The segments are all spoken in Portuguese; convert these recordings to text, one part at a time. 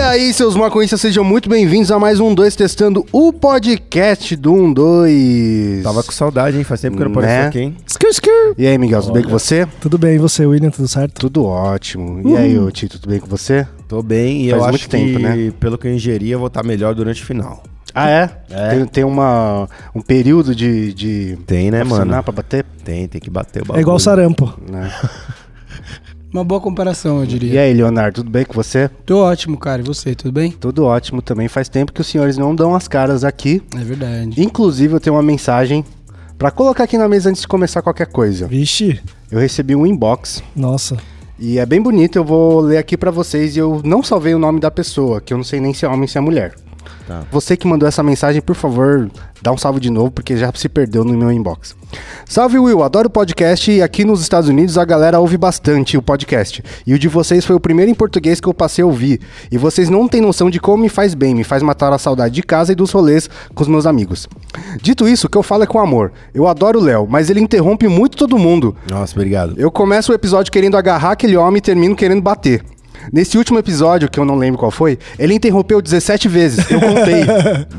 aí, seus maconhistas, sejam muito bem-vindos a mais um 2 testando o podcast do 1 2. Tava com saudade, hein? Faz tempo que eu Né? não apareço aqui, hein? Skir, E aí, Miguel, tudo bem com você? Uhum. Tudo bem, e você, William, tudo certo? É Tudo ótimo. E aí, ô Tito, tudo bem com você? Tô bem e Faz eu muito acho tempo, que, né? pelo que eu ingeri, eu vou estar melhor durante o final. Ah, é? Tem, tem uma, um período de. de... Tem, né, pra funcionar, mano? Pra bater? Tem, tem que bater o bagulho. É igual sarampo. Né? Uma boa comparação, eu E é- diria. aí, Leonardo, tudo bem com você? Tô ótimo, cara. E você, tudo bem? Tudo ótimo também. Faz tempo que os senhores não dão as caras aqui. É verdade. Inclusive, eu tenho uma mensagem pra colocar aqui na mesa antes de começar qualquer coisa. Vixe, Eu recebi um inbox nossa. e é bem bonito. Eu vou ler aqui pra vocês e eu não salvei o nome da pessoa, que eu não sei nem se é homem se é mulher. Tá. Você que mandou essa mensagem, por favor, dá um salve de novo, porque já se perdeu no meu inbox. Salve, Will. Adoro podcast e aqui nos Estados Unidos a galera ouve bastante o podcast. E o de vocês foi o primeiro em português que eu passei a ouvir. E vocês não têm noção de como me faz bem, me faz matar a saudade de casa e dos rolês com os meus amigos. Dito isso, o que eu falo é com amor. Eu adoro o Léo, mas ele interrompe muito todo mundo. Nossa, obrigado. Eu começo o episódio querendo agarrar aquele homem e termino querendo bater. Nesse último episódio, que eu não lembro qual foi, ele interrompeu 17 vezes. Eu contei.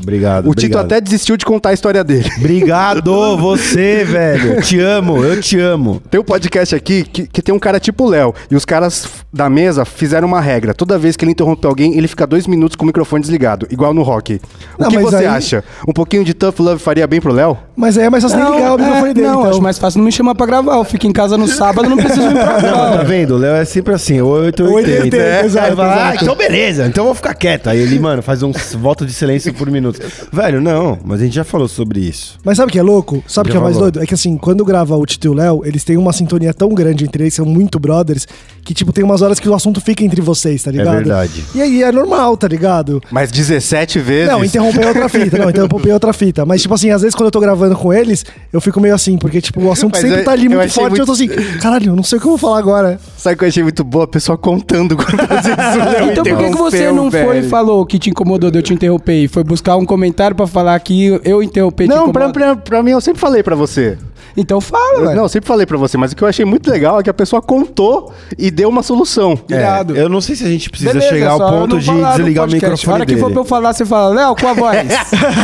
Obrigado, o obrigado. Tito até desistiu de contar a história dele. Obrigado, você, velho. Te amo, eu te amo. Tem um podcast aqui que, que tem um cara tipo o Léo. E os caras f- da mesa fizeram uma regra. Toda vez que ele interrompe alguém, ele fica dois minutos com o microfone desligado, igual no rock. O Não, que mas você aí- acha? Um pouquinho de tough love faria bem pro Léo? Mas aí é mais fácil nem ligar o é, microfone dele, não, então. acho mais fácil não me chamar pra gravar. Eu fico em casa no sábado, não preciso vir Tá pra cá. vendo? O Léo é sempre assim, 8 ou 80. 80, né? exato, Aí fala, ah, exato. então beleza, então eu vou ficar quieto. Aí ele, mano, faz um voto de silêncio por minuto. Velho, não, mas a gente já falou sobre isso. Mas sabe o que é louco? Sabe Já o que é mais falou. doido? É que assim, quando grava o Tito e o Léo, eles têm uma sintonia tão grande entre eles, são muito brothers, que tipo, tem umas horas que o assunto fica entre vocês, tá ligado? verdade. E aí é normal, tá ligado? Mas 17 vezes. Não, então- interrompei outra fita, não, interrompei outra fita. Mas, tipo assim, às vezes quando eu tô gravando com eles, eu fico meio assim, porque, tipo, o assunto Mas sempre eu- tá ali eu muito achei forte, eu tô assim, caralho, eu não sei o que eu vou falar agora. Sabe o que eu achei muito boa? A pessoa contando quantas vezes o Léo Então por que, que você interrompeu, não foi e velho? falou que te incomodou de eu te interromper? E foi buscar um comentário pra falar que eu É interrompei tipo te Não, pra, incomoda? pra, pra mim eu sempre falei pra você. Então fala, Eu, velho. não, eu sempre falei pra você, mas o que eu achei muito legal é que a pessoa contou e deu uma solução. Irado. É, eu não sei se a gente precisa Beleza, chegar ao só eu ponto não de vou lá no desligar o podcast. A microfone hora que dele. for pra eu falar, você fala, Léo, com a voz.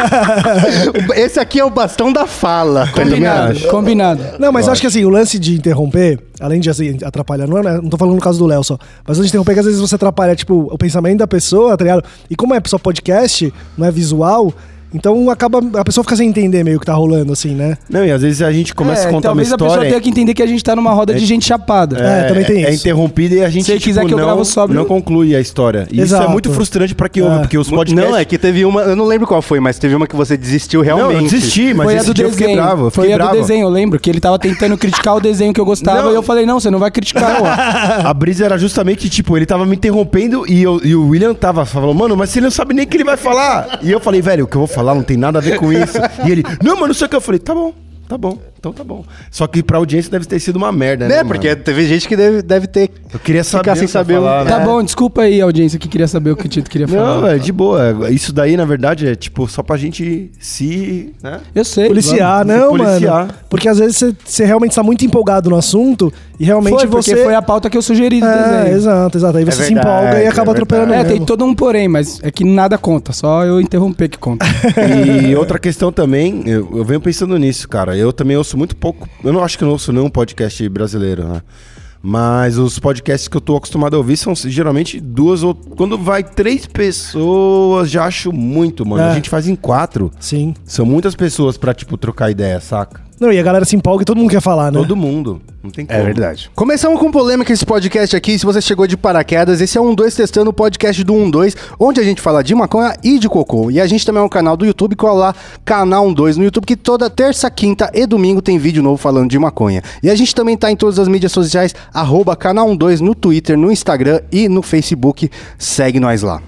Esse aqui é o bastão da fala, tá ligado? Combinado, combinado. Não, mas eu acho que assim, o lance de interromper, além de assim, atrapalhar, não, é, não tô falando no caso do Léo só, mas antes de interromper, é que às vezes você atrapalha, tipo, o pensamento da pessoa, tá ligado? E como é só podcast, não é visual, então acaba. A pessoa fica sem entender meio o que tá rolando, assim, né? Não, e às vezes a gente começa É, a contar uma talvez a pessoa história. tenha que entender que a gente tá numa roda de gente chapada. É, também tem é isso. interrompida e a gente tipo, Se ele quiser que eu não, gravo sobre- não conclui a história. E isso é Exato. muito frustrante pra quem ouve, É. porque os podcasts. Não, é que teve uma, eu não lembro qual foi, mas teve uma que você desistiu realmente. Não, eu desisti, mas foi a esse do dia eu desenho. fiquei bravo. Eu fiquei foi a bravo. do desenho, eu lembro, que ele tava tentando criticar o desenho que eu gostava Não. e eu falei, não, você não vai criticar. ó. A brisa era justamente, tipo, ele tava me interrompendo e, eu- e o William tava falando, mano, mas você não sabe nem o que ele vai falar. E eu falei, velho, o que eu vou falar não tem nada a ver com isso. E ele, não, mano, não sei o que. Eu falei, tá bom, tá bom, então tá bom. Só que pra audiência deve ter sido uma merda, Né? né? mano? Porque teve gente que deve, deve ter. eu queria saber. ficar sem o que eu ia saber o- falar, né? tá bom, desculpa aí, audiência, que queria saber o que o Tito queria falar. Não, velho, de boa. Isso daí, na verdade, é tipo só pra gente se. Né? Eu sei. Policiar, vamos, não, se policiar. mano. Porque às vezes você- você realmente tá muito empolgado no assunto e realmente Foi, você. porque foi a pauta que eu sugeri do É, desenho. exato, exato. Aí você se verdade, empolga e é acaba atropelando É, mesmo. tem todo um porém, mas é que nada conta, só eu interromper que conta. E outra questão também, eu, eu venho pensando nisso, cara. Eu também ouço muito pouco. Eu não acho que eu não ouço nenhum podcast brasileiro, né? Mas os podcasts que eu tô acostumado a ouvir são geralmente duas ou. Quando vai três pessoas, já acho muito, mano. É. A gente faz em quatro. Sim. São muitas pessoas pra, tipo, trocar ideia, saca? Não, e a galera se empolga e todo mundo quer falar, né? Todo mundo. Não tem como. É verdade. Começamos com polêmica esse podcast aqui. Se você chegou de paraquedas, esse é um 2 testando o podcast do 12, onde a gente fala de maconha e de cocô. E a gente também é um canal do YouTube, cola lá canal 12 no YouTube, que toda terça, quinta e domingo tem vídeo novo falando de maconha. E a gente também tá em todas as mídias sociais, arroba canal 12 no Twitter, no Instagram e no Facebook. Segue nós lá.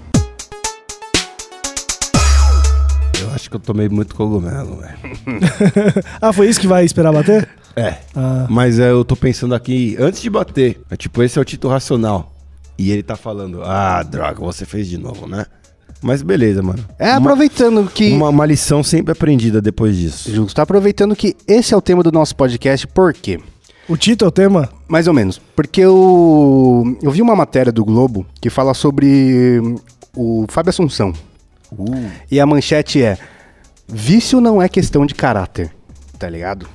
Eu acho que eu tomei muito cogumelo, velho. Ah, foi isso que vai esperar bater? É. Ah. Mas é, eu tô pensando aqui, antes de bater, é, tipo, esse é o título racional. E ele tá falando, ah, droga, você fez de novo, né? Mas beleza, mano. É, Uma- aproveitando que. Uma, uma lição sempre aprendida depois disso. Justo, tá aproveitando que esse é o tema do nosso podcast, por quê? O título é o tema? Mais ou menos. Porque eu, eu vi uma matéria do Globo que fala sobre hum, o Fábio Assunção. E a manchete é: Vício não é questão de caráter, tá ligado?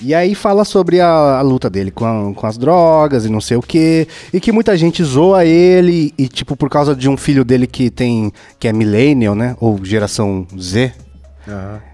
E aí fala sobre a, a luta dele com, a- com as drogas e não sei o quê. E que muita gente zoa ele, e tipo, por causa de um filho dele que tem. que é millennial, né? Ou geração Z.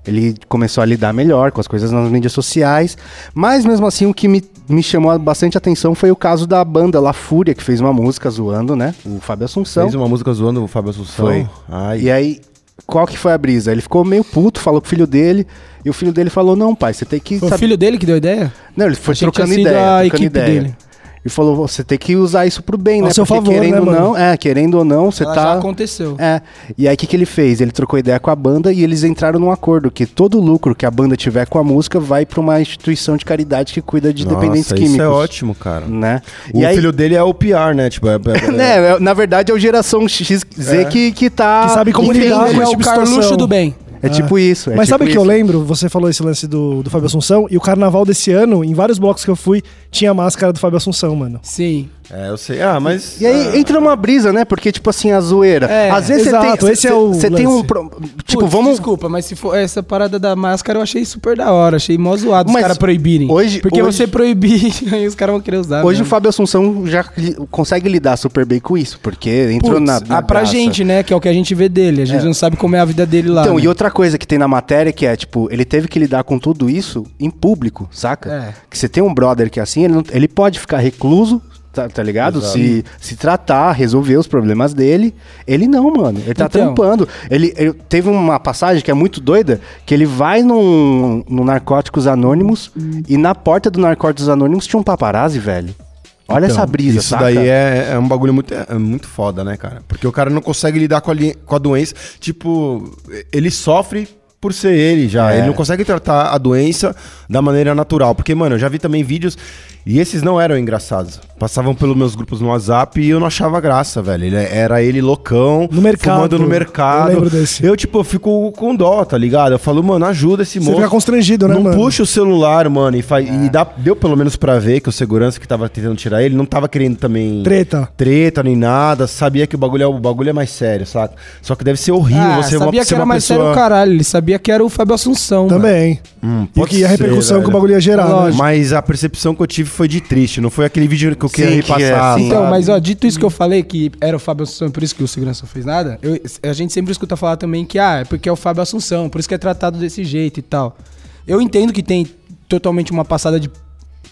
Ele começou a lidar melhor com as coisas nas mídias sociais. Mas mesmo assim, o que me, me chamou bastante atenção foi o caso da banda La Fúria, que fez uma música zoando, né? O Fábio Assunção. Então- um Fez uma música zoando o Fábio Assunção. Foi. Ai. E é aí, qual que foi a brisa? Ele ficou meio puto, falou com o filho dele, e o filho dele falou: Não, pai, você tem que. Foi o saber- filho dele que deu a ideia? Não, ele foi Achei que trocando tinha sido ideia. a trocando equipe ideia. dele. E falou: Você tem que usar isso pro bem, Ao né? seu favor, querendo né, ou mano? não, é, querendo ou não, você Ela tá. já aconteceu. É. E aí o que, que ele fez? Ele trocou ideia com a banda e eles entraram num acordo que todo lucro que a banda tiver com a música vai pra uma instituição de caridade que cuida de dependentes Nossa, químicos. Isso é ótimo, cara. Né? O e aí, filho dele é o PR, né? Tipo, é, é- é- né, na verdade é o geração XZ que, que tá. Que sabe como entendendo. lidar Ele com é esse o tipo de situação. Carluxo do bem. É tipo isso. é Ah. Mas tipo sabe o que isso. eu lembro? Você falou esse lance do, do Fábio Assunção, e o carnaval desse ano, em vários blocos que eu fui, tinha a máscara do Fábio Assunção, mano. Sim. É, eu sei. Ah, mas. E aí entra uma brisa, né? Porque, tipo assim, a zoeira. É, Às vezes exato, você tem. esse cê- é o cê tem um. lance. pro- Tipo, Putz, vamos. Desculpa, mas se for essa parada da máscara, eu achei super da hora. Achei mó zoado Mas os caras proibirem. hoje- Porque hoje- você proibir, aí os caras vão querer usar. né? Hoje o mesmo. Fábio Assunção já li- consegue lidar super bem com isso, porque entrou Putz, na. na ah, pra graça. gente, né? Que é o que a gente vê dele. A gente não sabe como é a vida dele lá. Então, né? e outra coisa que tem na matéria que é, tipo, ele teve que lidar com tudo isso em público, saca? É. Que você tem um brother que é assim, ele, não- ele pode ficar recluso, tá, tá ligado? Se, se tratar, resolver os problemas dele. Ele não, mano. Ele tá Então. trampando. Ele, ele- teve uma passagem que é muito doida, que ele vai num, no Narcóticos Anônimos Hum. e na porta do Narcóticos Anônimos tinha um paparazzi, velho. Olha Então, essa brisa, Isso saca? daí é, é um bagulho muito, é muito foda, né, cara? Porque o cara não consegue lidar com a, li- com a doença. Tipo, ele sofre por ser ele já. É. Ele não consegue tratar a doença da maneira natural. Porque, mano, eu já vi também vídeos e esses não eram engraçados. Passavam pelos meus grupos no WhatsApp e eu não achava graça, velho. Ele- era ele loucão, No mercado. fumando no Eu mercado. lembro desse. Eu, tipo, fico com dó, tá ligado? Eu falo, mano, ajuda esse Você moço. fica constrangido, né, Não mano? puxa o celular, mano, e, faz, e dá- deu pelo menos pra ver que o segurança que tava tentando tirar ele não tava querendo também Treta. treta nem nada, sabia que o bagulho é, o bagulho é mais sério, saca? Só que deve ser horrível Ah, você é uma- sabia que ser era uma mais pessoa... sério o caralho. Ele sabia que era o Fábio Assunção. mano. Também. Hum, E pode que a ser, repercussão que velho. o bagulho ia gerar, né? Mas a percepção que eu tive foi de triste, não foi aquele vídeo que eu queria Sim, que é, repassar. sim. Então, sabe? mas ó, dito isso que eu falei, que era o Fábio Assunção, por isso que o segurança não fez nada, eu- a gente sempre escuta falar também que, ah, é porque é o Fábio Assunção, por isso que é tratado desse jeito e tal. Eu entendo que tem totalmente uma passada de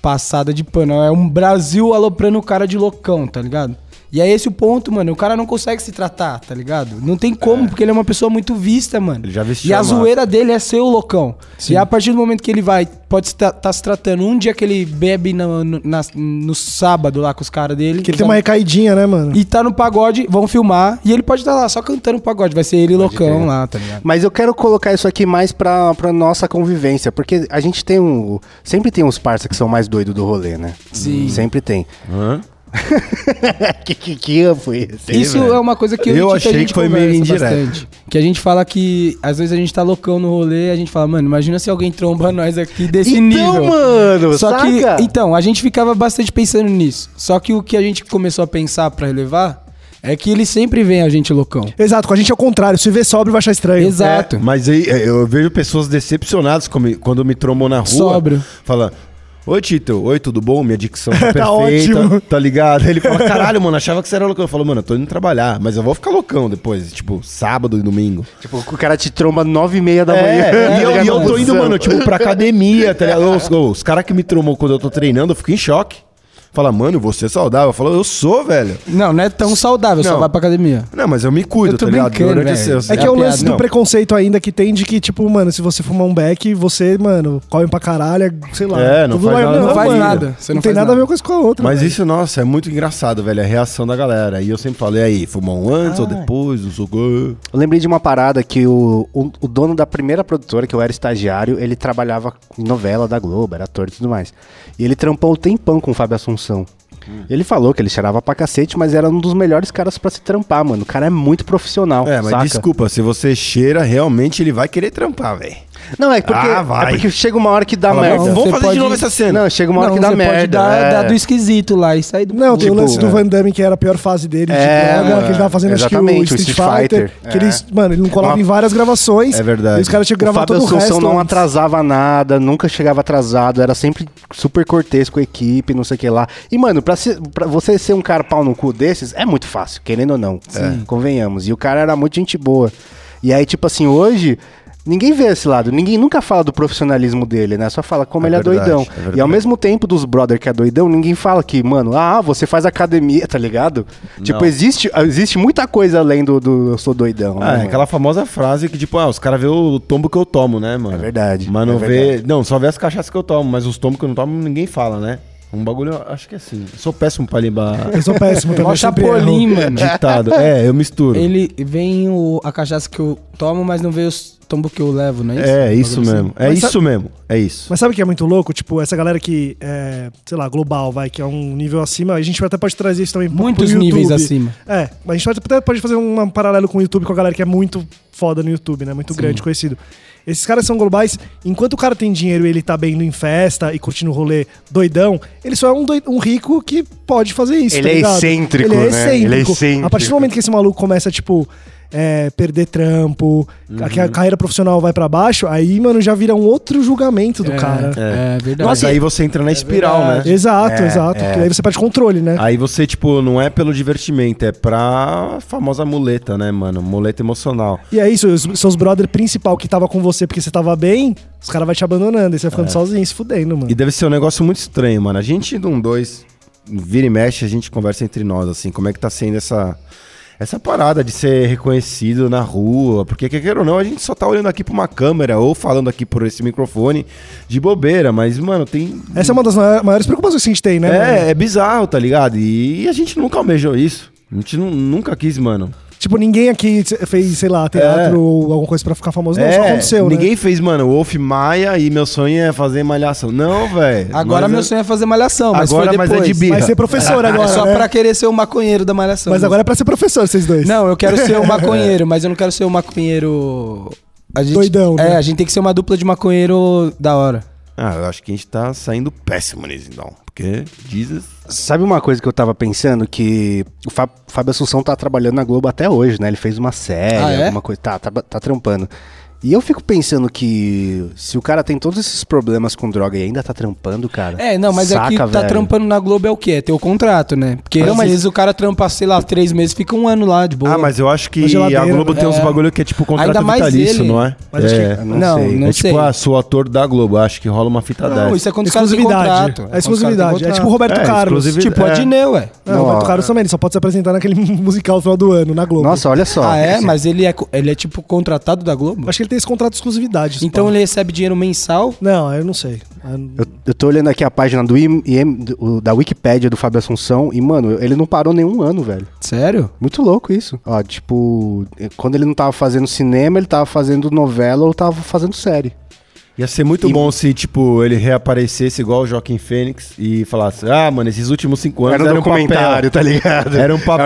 passada de pano. É um Brasil aloprando o cara de loucão, tá ligado? E é esse o ponto, mano. O cara não consegue se tratar, tá ligado? Não tem como, porque ele é uma pessoa muito vista, mano. Ele já vestiu e a a máscara. zoeira brincadeira dele é ser o loucão. E a partir do momento que ele vai, pode estar tá se tratando. Um dia que ele bebe no, no, na- no sábado lá com os caras dele. Tá. Que ele tem uma recaidinha, né, mano? E tá no pagode, vão filmar. E ele pode estar lá só cantando pagode. Vai ser ele loucão lá, tá ligado? Mas eu quero colocar isso aqui mais pra, pra nossa convivência, porque a gente tem um. Sempre tem uns parça que são mais doidos do rolê, né? Sim. Sempre tem. Hã? que, que, que ano foi esse? Isso velho. é uma coisa que eu, Eu e o Tito, achei a gente que foi meio conversa indireto. bastante. Que a gente fala que às vezes a gente tá loucão no rolê, a gente fala, mano, imagina se alguém tromba nós aqui desse Então, nível. mano, Só saca? que então, a gente ficava bastante pensando nisso. Só que o que a gente começou a pensar pra relevar é que ele sempre vem a gente loucão. Exato, com a gente é o contrário. Se vê sóbrio, vai achar estranho. Exato. Mas aí é, eu vejo pessoas decepcionadas comi- quando me tromam na rua. Sóbrio. Fala. Oi, Tito. Oi, tudo bom? Minha dicção tá perfeita. ótimo. Tá ligado? Ele fala, caralho, mano, achava que você era loucão. Eu falo, mano, eu tô indo trabalhar, mas eu vou ficar loucão depois, tipo, sábado e domingo. Tipo, o cara te tromba nove e meia da manhã. É, e eu, Tá e eu ligado? tô indo, mano, tipo, pra academia, tá ligado? Os, os caras que me tromou quando eu tô treinando, eu fico em choque. Fala, mano, você é saudável. Eu falo, eu sou, velho. Não, não é tão saudável, Não. só vai pra academia. Não, mas eu me cuido, Eu tô tá ligado? brincando, Durante velho. esse- É que é o piada, lance do Não. preconceito ainda que tem de que, tipo, mano, se você fumar um beck, você, mano, come pra caralho, é- sei lá. É, não Tudo faz lá- nada. Não faz mano, nada, você não, não tem faz nada a ver nada. uma coisa com a outra. Mas velho. isso, nossa, é muito engraçado, velho, a reação da galera. E eu sempre falo, e aí, fumam antes ou depois, não sou gay. Eu lembrei de uma parada que o, o, o dono da primeira produtora, que eu era estagiário, ele trabalhava em novela da Globo, era ator e tudo mais. E ele trampou um tempão com o Fábio Assunção. Ele falou que ele cheirava pra cacete, mas era um dos melhores caras pra se trampar, mano. O cara é muito profissional. É, mas saca? desculpa, se você cheira, realmente ele vai querer trampar, velho. Não, é porque, Ah, vai. é porque chega uma hora que dá Fala, merda. vamos vamos Você fazer de pode- novo essa cena. Não, chega uma hora que dá você merda. pode dar, é. dar do esquisito lá e sair do Não, tem o Tipo, lance do é. Van Damme, que era a pior fase dele, É, de é. droga, que ele tava fazendo acho que o Exatamente, Street, Fighter. Que ele, É. mano, ele não colava Uma- em várias gravações. É verdade. E os caras tinham que O gravar Fábio todo o Assunção resto. não antes. atrasava nada, nunca chegava atrasado, era sempre super cortês com a equipe, não sei o que lá. E, mano, pra, se- pra você ser um cara pau no cu desses, é muito fácil, querendo ou não. É, Convenhamos. E o cara era muito gente boa. E aí, tipo assim, hoje. Ninguém vê esse lado, ninguém nunca fala do profissionalismo dele, né? Só fala como É ele é verdade, doidão. é verdade. e ao mesmo tempo dos brother que é doidão, ninguém fala que, mano, ah, você faz academia, tá ligado? Tipo, existe, existe muita coisa além do, do eu sou doidão. né, Ah, é mano? aquela famosa frase que, tipo, ah, os caras vê o tombo que eu tomo, né, mano? É verdade, Mas não é vê. Não, só vê as cachaças que eu tomo, mas os tombos que eu não tomo, ninguém fala, né? Um bagulho, eu acho que é assim. Eu sou péssimo pra limpar Eu sou péssimo também. Mó sempre erro. Chapolin, mano. ditado. É, eu misturo. Ele vem o, a cachaça que eu tomo, mas não vem os tombo que eu levo, não é isso? É, isso Bagulho assim. mesmo. É Mas isso mesmo. É isso. Mas sabe o que é muito louco? Tipo, essa galera que é, sei lá, global, vai, que é um nível acima, a gente até pode trazer isso também pro- Muitos pro YouTube. níveis acima. É, mas a gente pode- até pode fazer um paralelo com o YouTube, com a galera que é muito foda no YouTube, né? Muito grande, conhecido. Esses caras são globais, enquanto o cara tem dinheiro e ele tá bem indo em festa e curtindo o rolê doidão, ele só é um, doi- um rico que pode fazer isso. Ele tá é ligado? excêntrico, ele é né? excêntrico. Ele é excêntrico. A partir do momento que esse maluco começa, tipo, é, perder trampo, a que a carreira profissional vai pra baixo, aí, mano, já vira um outro julgamento do É, cara. É, verdade. Mas aí você entra na espiral, né? verdade. Exato, É, exato. é. Que aí você perde controle, né? Aí você, tipo, não é pelo divertimento, é pra famosa muleta, né, mano? Muleta emocional. E é isso, os seus brother principal que tava com você porque você tava bem, os caras vai te abandonando, e você vai ficando sozinho, se fudendo, mano. E deve ser um negócio muito estranho, mano. A gente, num dois, vira e mexe, a gente conversa entre nós, assim, como é que tá sendo essa, essa parada de ser reconhecido na rua. Porque, quer queira ou não, a gente só tá olhando aqui pra uma câmera ou falando aqui por esse microfone de bobeira, mas, mano, tem. Essa é uma das ma- maiores preocupações que a gente tem, né? mano? É, é bizarro, tá ligado? E a gente nunca almejou isso. A gente nu- nunca quis, mano. Tipo, ninguém aqui t- fez, sei lá, teatro ou alguma coisa pra ficar famoso. Não, só aconteceu, É, ninguém né? fez, mano, Wolf Maia e meu sonho é fazer malhação. Não, velho. Agora nós- meu sonho é fazer malhação, mas Agora, foi mas depois. é de birra. Vai ser professor agora, É só né? pra querer ser o maconheiro da malhação. Mas agora é pra ser professor, vocês dois. Não, eu quero ser o maconheiro, mas eu não quero ser o maconheiro... A gente... Doidão, né? É, a gente tem que ser uma dupla de maconheiro da hora. Ah, eu acho que a gente tá saindo péssimo nisso, então. Porque Jesus. Sabe uma coisa que eu tava pensando? Que o Fá- Fábio Assunção tá trabalhando na Globo até hoje, né? Ele fez uma série, Ah, é? alguma coisa. Tá, tá, tá trampando. E eu fico pensando que se o cara tem todos esses problemas com droga e ainda tá trampando, cara. É, não, mas saca, aqui tá velho? trampando na Globo é o quê? É ter o contrato, né? Porque Não, às mas- vezes o cara trampa, sei lá, três meses, fica um ano lá de boa. Ah, mas eu acho que Na a geladeira, Globo né? tem uns É. bagulho que é tipo contrato Ainda mais vitalício, ele. não é? Mas acho é. que- Não, Não, sei. não é sei. tipo, ah, sou ator da Globo, acho que rola uma fita Não, dessa. isso é quando os caras têm exclusividade. contrato. É exclusividade. É tipo o Roberto É, Carlos. exclusividade. Tipo É. a Dinê, ué. Não, o Roberto Carlos também, ele só pode se apresentar naquele musical no final do ano, na Globo. Nossa, olha só. Assim, Ah, é? Mas ele é, co- ele é tipo contratado da Globo? Acho que ele tem esse contrato de exclusividade. esse Então pau. ele recebe dinheiro mensal? Não, eu não sei. Eu- Eu, eu tô olhando aqui a página do IM, IM do- da Wikipédia do Fábio Assunção e, mano, ele não parou nenhum ano, velho. Sério? Muito louco isso. Ó, tipo, quando ele não tava fazendo cinema, ele tava fazendo novela ou tava fazendo série. Ia ser muito E- bom se, tipo, ele reaparecesse igual o Joaquim Fênix e falasse, ah, mano, esses últimos cinco anos Era um era, documentário, um papel. tá ligado? Era um papel,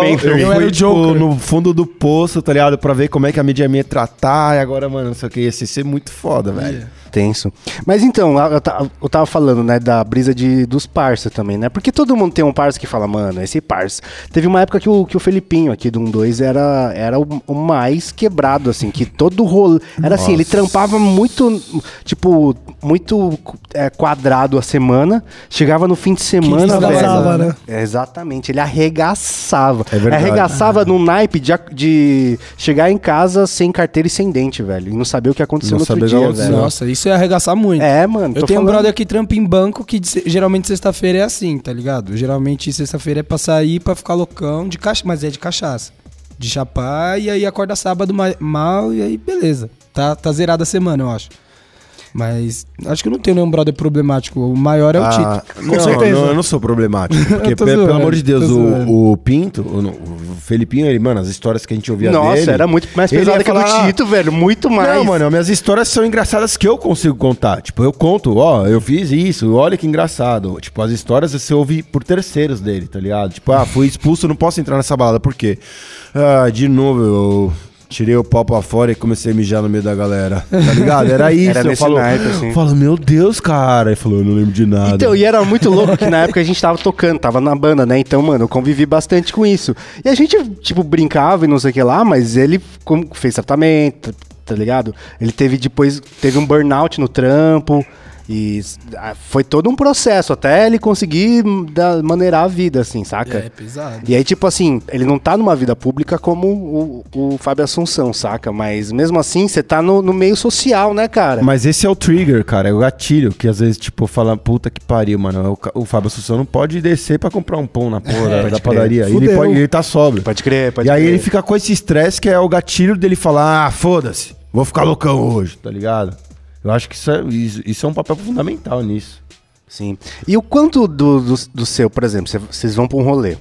mockumentary. eu Eu era fui, o tipo, Joker. no fundo do poço, tá ligado? Pra ver como é que a mídia ia me tratar, e agora, mano, não sei o que, ia ser muito foda, velho. Tenso. Mas então, eu, ta- eu tava falando, né, da brisa de, dos parça também, né? Porque todo mundo tem um parça que fala, mano, esse parça. Teve uma época que o, que o Felipinho aqui do 1-2 era, era o, o mais quebrado, assim, que todo rolo. Era assim, ele trampava muito, tipo, muito é, quadrado a semana, chegava no fim de semana, descansava, velho. né? É, Exatamente, ele arregaçava. É verdade. Arregaçava no naipe de, ac- de chegar em casa sem carteira e sem dente, velho. E não saber o que aconteceu Não no outro saber o que dia, aconteceu. velho. Nossa, isso é arregaçar muito. É, mano. Eu tô tenho um falando. brother que trampa em banco que de- geralmente sexta-feira é assim, tá ligado? Geralmente sexta-feira é pra sair, pra ficar loucão, de cacha... mas é de cachaça. De chapar e aí acorda sábado ma- mal e aí beleza. Tá, tá zerada a semana, eu acho. Mas acho que eu não tenho nenhum brother problemático. O maior é o Ah, Tito. não, certeza. não, eu não sou problemático. Porque, Eu tô pe- pelo zoando, amor de tô Deus, zoando. o, o Pinto, o, não, o Felipinho, ele, mano, as histórias que a gente ouvia Nossa, dele... era muito mais ele pesada ia que a falar, do Tito, velho. Muito mais. Não, mano, minhas histórias são engraçadas que eu consigo contar. Tipo, eu conto, ó, eu fiz isso, olha que engraçado. Tipo, as histórias você ouve por terceiros dele, tá ligado? Tipo, ah, fui expulso, não posso entrar nessa balada, por quê? Ah, de novo, eu Tirei o pau pra fora e comecei a mijar no meio da galera. Tá ligado? Era isso. Era eu nesse falo, naipe, assim. falo, meu Deus, cara. Ele falou, eu não lembro de nada. Então, e era muito louco que na época a gente tava tocando, tava na banda, né? Então, mano, eu convivi bastante com isso. E a gente, tipo, brincava e não sei o que lá, mas ele como, fez tratamento, tá ligado? Ele teve depois, teve um burnout no trampo. E s- ah, foi todo um processo até ele conseguir hum, da- maneirar a vida, assim, saca? É, pesado. E aí, tipo assim, ele não tá numa vida pública como o, o Fábio Assunção, saca? Mas mesmo assim, você tá no, no meio social, né, cara? Mas esse é o trigger, cara. É o gatilho que às vezes, tipo, fala, puta que pariu, mano. O, ca- o Fábio Assunção não pode descer pra comprar um pão na porra da- da É, pode crer. padaria. Ele, Fudeu. pode, ele tá sóbrio. Pode crer, pode e aí crer. ele fica com esse estresse que é o gatilho dele falar, ah, foda-se, vou ficar loucão hoje, tá ligado? Eu acho que isso é, isso- isso é um papel fundamental nisso. Sim. E o quanto do, do, do seu, por exemplo, cê- vocês vão pra um rolê.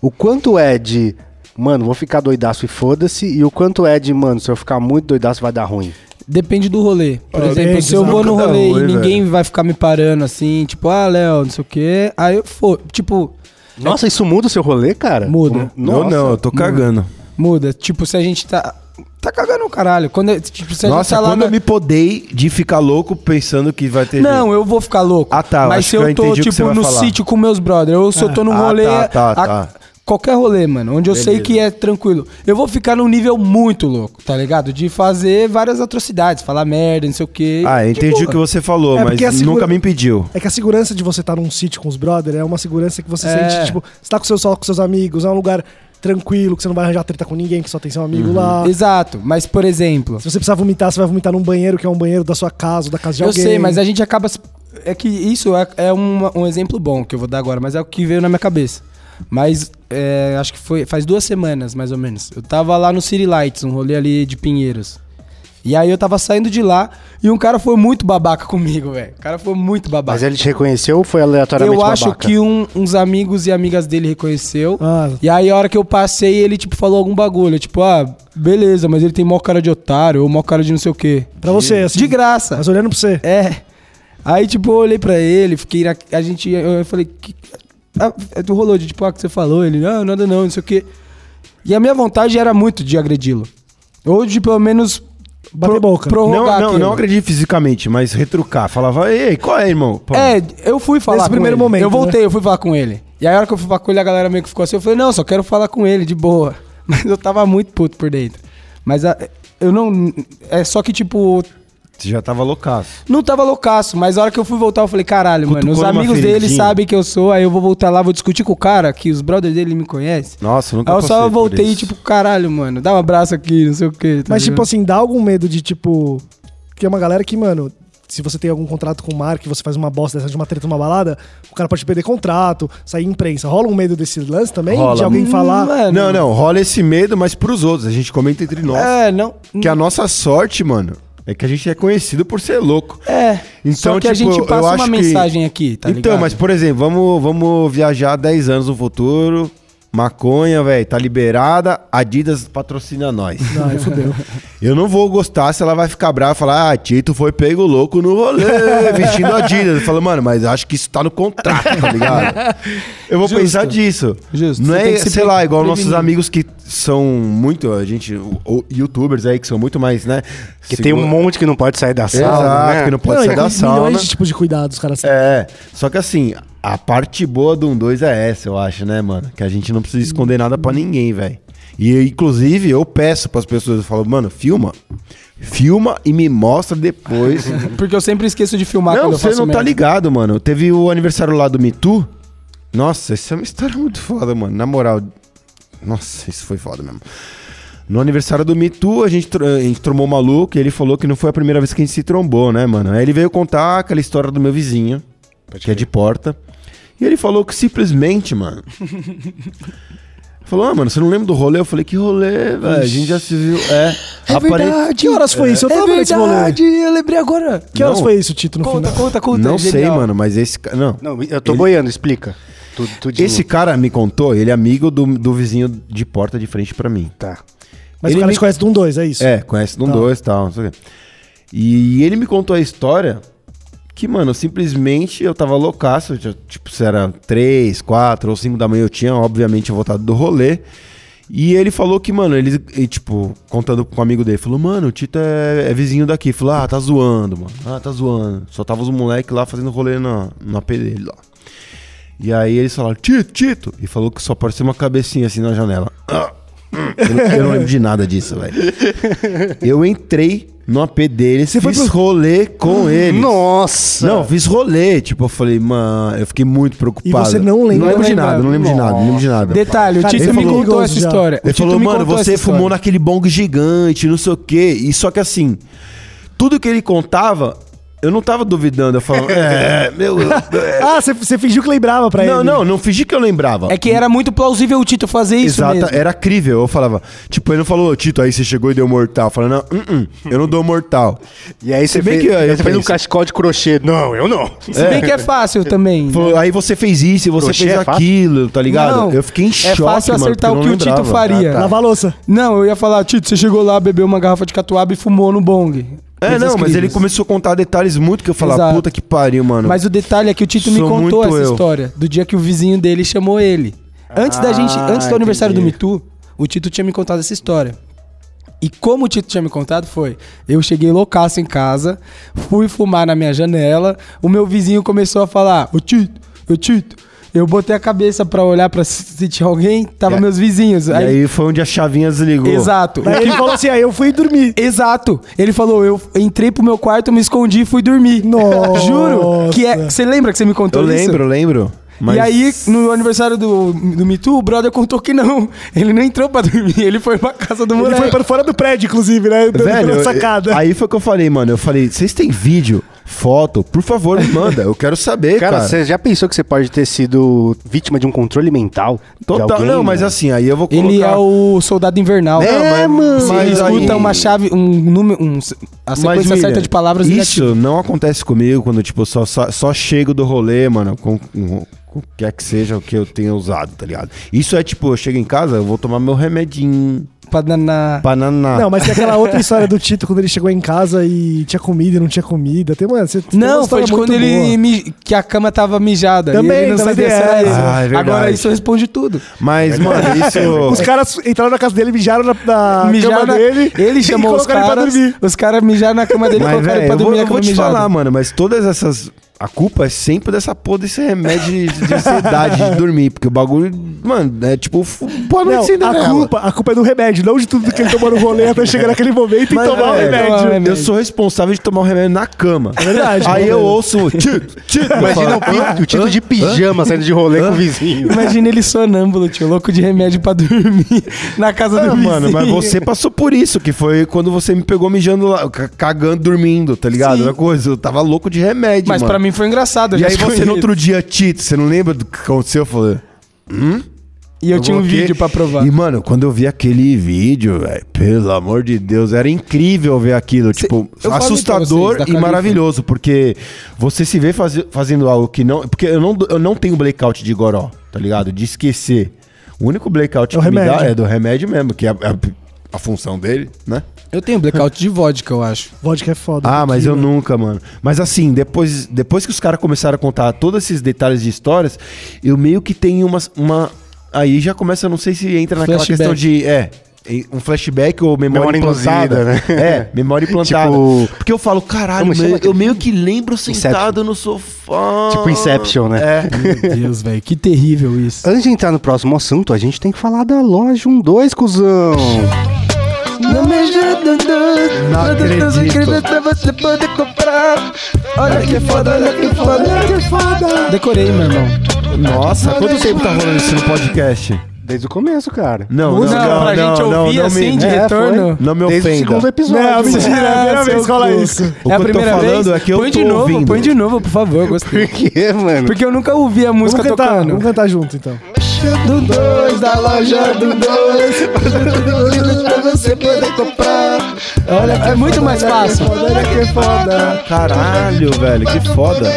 O quanto é de, mano, vou ficar doidaço e foda-se, e o quanto é de, mano, se eu ficar muito doidaço vai dar ruim. Depende do rolê. Por Ah, exemplo, depende, se eu né? vou no Cada rolê rolê, e ninguém vai ficar me parando assim, tipo, ah, Léo, não sei o quê. Aí eu for, tipo, Nossa, isso muda o seu rolê, cara? Muda. Um- Nossa. eu não, eu tô cagando. muda. Tipo, se a gente tá. Tá cagando o caralho. Quando, é- tipo, se a Nossa, gente tá lá quando na- eu me podei de ficar louco pensando que vai ter... Não, eu vou ficar louco. Ah, tá, eu Mas acho se que eu eu tô, entendi o que você tipo, vai no falar. sítio com meus brothers, ou se eu tô num Ah, rolê. tá, tá, a- tá. Qualquer rolê, mano, onde eu sei Beleza. que é tranquilo. Eu vou ficar num nível muito louco, tá ligado? De fazer várias atrocidades, falar merda, não sei o quê. Ah, eu De entendi boa. o que você falou, É, mas porque a segura- nunca me impediu. É que a segurança de você estar num sítio com os brother é uma segurança que você É. sente, tipo, você tá com seu sol com seus amigos, é um lugar tranquilo, que você não vai arranjar treta com ninguém, que só tem seu amigo Uhum. tá lá. Exato, mas por exemplo. Se você precisar vomitar, você vai vomitar num banheiro que é um banheiro da sua casa, ou da casa de Eu alguém. sei, mas a gente acaba. se- É que isso é, é um, um exemplo bom que eu vou dar agora, mas é o que veio na minha cabeça. Mas é, acho que foi faz duas semanas, mais ou menos. Eu tava lá no City Lights, um rolê ali de Pinheiros. E aí eu tava saindo de lá e um cara foi muito babaca comigo, velho. O cara foi muito babaca. Mas ele te reconheceu ou foi aleatoriamente Eu acho babaca? que um- uns amigos e amigas dele reconheceu. Ah. E aí, a hora que eu passei, ele, tipo, falou algum bagulho. Tipo, ah, beleza, mas ele tem mó cara de otário ou mó cara de não sei o quê. Pra você, assim. De graça. Mas olhando pra você. É. Aí, tipo, eu olhei pra ele, fiquei na... A gente... Eu eu falei... Que... Ah, tu rolou de, tipo, ah, que você falou. Ele, não, nada não, não sei o quê. E a minha vontade era muito de agredi-lo. Ou de, pelo menos... Bater boca. Não, Prorrogar não, aquilo. não agredi fisicamente, mas retrucar. Falava, ei, qual é, irmão? Pô, É, eu fui falar Nesse com primeiro ele. momento, Eu voltei, eu fui falar com ele. E aí, a hora que eu fui falar com ele, a galera meio que ficou assim. Eu falei, não, só quero falar com ele, de boa. Mas eu tava muito puto por dentro. Mas a- eu não... É só que, tipo... Você já tava loucaço. Não tava loucaço, mas a hora que eu fui voltar, eu falei, caralho, mano, Cutucou os numa amigos dele feridinha. sabem que eu sou, aí eu vou voltar lá, vou discutir com o cara, que os brothers dele me conhecem. Nossa, eu nunca aí eu só passei por voltei, isso. tipo, caralho, mano, dá um abraço aqui, não sei o quê. tá Mas, ligado? tipo assim, dá algum medo de, tipo. Que é uma galera que, mano, se você tem algum contrato com o Mark, você faz uma bosta dessa de uma treta numa balada, o cara pode perder contrato, sair em imprensa. Rola um medo desse lance também? De Rola. é. alguém Hum, falar. mano. Não, não, rola esse medo, mas pros outros. A gente comenta entre nós. É, não. Que a nossa sorte, mano, é que a gente é conhecido por ser louco. É. Então, só que a tipo, gente eu passa acho uma que- mensagem aqui, tá então, ligado? mas por exemplo, vamos, vamos viajar 10 anos no futuro. Maconha, velho, tá liberada. Adidas patrocina nós. Não, aí fudeu. Eu não vou gostar se ela vai ficar brava e falar: Ah, Tito foi pego louco no rolê, vestindo Adidas. Eu falo, mano, mas acho que isso tá no contrato, tá ligado? Eu vou Justo. pensar disso. Justo. Não Você tem é, que se sei lá, pre- igual prevenir. nossos amigos que são muito, a gente, o- o- youtubers aí que são muito mais, né? Que tem um monte que não pode sair da sala, Exato, né? que não pode não, e sair da com sala. milhões de tipos de cuidados, cara. Assim. É, só que assim, a parte boa do 1-2 é essa, eu acho, né, mano? Que a gente não precisa esconder nada pra ninguém, velho. E inclusive eu peço pras pessoas, eu falo, mano, filma. Filma e me mostra depois. Porque eu sempre esqueço de filmar não, quando eu você faço não tá merda. ligado, mano. Teve o aniversário lá do Me Too. Nossa, isso é uma história muito foda, mano. Na moral. Nossa, isso foi foda mesmo. No aniversário do Me Too, a gente, tro- a gente trombou o maluco e ele falou que não foi a primeira vez que a gente se trombou, né, mano? Aí ele veio contar aquela história do meu vizinho, que é de porta. E ele falou que simplesmente, mano. falou, ah, mano, você não lembra do rolê? Eu falei, que rolê, velho? A gente já se viu. É, apare- Que horas foi isso? Eu É tava nesse rolê. verdade, eu lembrei agora. Que horas Não. foi isso, Tito, no Conta, final? conta, conta. Não é sei, genial. mano, mas esse. ca- Não. Não, eu tô boiando, explica. Tu, tudinho. Esse cara me contou, ele é amigo do, do vizinho de porta de frente pra mim. Tá. Mas Ele o cara me- te conhece de um dois, é isso? É, conhece de um Tá. dois e tal, não sei o quê. E ele me contou a história que, mano, simplesmente eu tava loucaço, já, tipo, se era três, quatro ou cinco da manhã eu tinha, obviamente, voltado do rolê. E ele falou que, mano, ele, e, tipo, contando com um amigo dele, falou, mano, o Tito é, é vizinho daqui. Falou, ah, tá zoando, mano. Ah, tá zoando. Só tava os moleques lá fazendo rolê na, na AP dele lá. E aí eles falaram, Tito, Tito! E falou que só apareceu uma cabecinha assim na janela. Ah, hum. eu, não, eu não lembro de nada disso, velho. Eu entrei no AP dele, Você fiz foi rolê com ele. Nossa! Não, fiz rolê. Tipo, eu falei, mano, eu fiquei muito preocupado. você não lembra? Não lembro de Não nada, não lembro de nada, não lembro de nada. Detalhe, o Cara, Tito ele me falou- contou essa já. história. O Ele Tito falou, me mano, contou você essa fumou história." naquele bong gigante, não sei o quê. E só que assim, tudo que ele contava, eu não tava duvidando. Eu falava, é, meu. eu- é." Ah, você- você fingiu que lembrava pra Não, ele. não, não fingi que eu lembrava. É que era muito plausível o Tito fazer isso Exata, é, mesmo. era crível. Eu falava, tipo, ele não falou, Tito, aí você chegou e deu mortal. Eu falava, não, hum, hum, eu não dou mortal. E aí Se você bem fez, que, é, aí eu você fez um pensei- cachecol de crochê. Não, eu não. Se bem que é fácil também. né? Falou, aí você fez isso, e você Crochê fez é fácil? aquilo, tá ligado? Não, eu fiquei em é choque, fácil mano, acertar porque eu o que não o Tito lembrava. faria. Ah, tá. Lavar a louça. Não, eu ia falar, Tito, você chegou lá, bebeu uma garrafa de catuaba e fumou no bong. É, Coisas não, mas ele críveis. começou a contar detalhes muito que eu falava, Exato. puta que pariu, mano. Mas o detalhe é que o Tito me Sou contou muito essa eu. história do dia que o vizinho dele chamou ele. Antes da gente, Ah, antes do aniversário entendi. do Mitu, o Tito tinha me contado essa história. E como o Tito tinha me contado foi, eu cheguei loucaço em casa, fui fumar na minha janela, o meu vizinho começou a falar: "O Tito, o Tito". Eu botei a cabeça pra olhar pra se se tinha alguém, tava E aí- meus vizinhos. É. E aí foi onde a chavinha desligou. exato. O Daí ele falou assim, aí eu fui dormir. Exato. Ele falou, eu entrei pro meu quarto, me escondi e fui dormir. Nossa. Juro. Que é, você lembra que você me contou Eu isso? lembro, eu lembro. Mas E aí, no aniversário do, do Me Too, o brother contou que não. Ele não entrou pra dormir, ele foi pra casa do Ele moleque. foi pra fora do prédio, inclusive, né? Dando Velho, pela eu- sacada. aí foi que eu falei, mano. Eu falei, vocês têm vídeo, foto? Por favor, me manda. Eu quero saber, cara. Cara, você já pensou que você pode ter sido vítima de um controle mental? de Total. alguém, não, mas né? assim, aí eu vou colocar... Ele é o soldado invernal. É, mas- Ele mas aí- escuta uma chave, um número, um, a Mas, sequência William, certa de palavras e ele Isso não acontece comigo quando, tipo, só, só, só chego do rolê, mano, com, com, com o que é que seja o que eu tenha usado, tá ligado? Isso é tipo, eu chego em casa, eu vou tomar meu remedinho, atira pra na- na- banana. Não, mas tem aquela outra história do Tito quando ele chegou em casa e tinha comida e não tinha comida. Tem, mano, você, tem uma Não, é foi história de quando muito ele boa. mi- que a cama tava mijada. Também, e ele não também sabia tem se era essa. isso. Ah, é verdade. Agora isso responde tudo. Mas, mano, Os isso... caras entraram na casa dele, mijaram na, na Mijaram cama na- dele. Ele e chamou os colocaram ele pra caras. dormir. Os caras mijaram na cama dele e Mas, colocaram velho, ele pra eu vou, dormir eu a vou cama te mijada. falar, mano, mas todas essas... A culpa é sempre dessa porra desse remédio de, de ansiedade de dormir, porque o bagulho, mano, é tipo... fu- Boa noite, Não, a Cinderela. culpa, a culpa é do remédio, não de tudo que ele tomou no rolê até chegar naquele momento Mas, e tomar o velho, remédio. é, tomar- Eu sou responsável de tomar o remédio na cama. É verdade, Aí mano. eu ouço... Tito, tito, eu Imagina falo, "Ah, o, pi- o Tito de pijama saindo de rolê com o vizinho. Imagina ele sonâmbulo, tio, louco de remédio pra dormir na casa do Ah, vizinho. mano, mas você passou por isso, que foi quando você me pegou mijando lá, ca- cagando, dormindo, tá ligado? Sim. Era coisa, eu tava louco de remédio, Mas mano. pra mim foi engraçado. E eu já aí você escolhi. no outro dia, Tito, você não lembra do que aconteceu? Eu falei... E eu, tinha um coloquei- vídeo pra provar. E, mano, quando eu vi aquele vídeo, velho, pelo amor de Deus, era incrível ver aquilo. tipo, eu falei pra vocês assustador da e Califa. maravilhoso, porque você se vê faze- fazendo algo que não. Porque eu não, eu não tenho blackout de goró, tá ligado? De esquecer. O único blackout É o que me dá remédio. é do remédio mesmo, que é a, a- a função dele, né? Eu tenho blackout de vodka, eu acho. Vodka é foda. Ah, mas eu tequila. nunca, mano. Mas assim, depois, depois que os caras começaram a contar todos esses detalhes de histórias, eu meio que tenho uma. uma... Aí já começa, eu não sei se entra naquela Flashback. questão de. É. em- Um flashback ou memória, Memória implantada. induzida, né? É, memória implantada. Tipo- Porque eu falo, caralho, Como chama mano, eu aquele meio que lembro sentado no sofá. Tipo Inception, né? É. Meu Deus, velho, que terrível isso. Antes de entrar no próximo assunto, a gente tem que falar da loja 12, cuzão. Não acredito. Olha que foda, olha que foda, olha que foda. Decorei, meu irmão. Nossa, quanto tempo tá rolando isso no podcast? Desde o começo, cara. Não, não, não, Música não, pra gente não, ouvir não assim, me- de É, foi. retorno. Não me Desde o ofenda. segundo episódio. né? Não, mano. mentira, é a primeira Ah, vez seu que rola cu. isso. O que É eu a tô primeira vez. falando é que eu põe de tô novo, ouvindo. põe de novo, por favor, gostei. Por quê, mano? Porque eu nunca ouvi a música Vamos cantar, tocando. vamos cantar junto então. Do dois da loja do dois, pra você poder comprar. Olha, é muito mais fácil. Caralho, velho, que foda.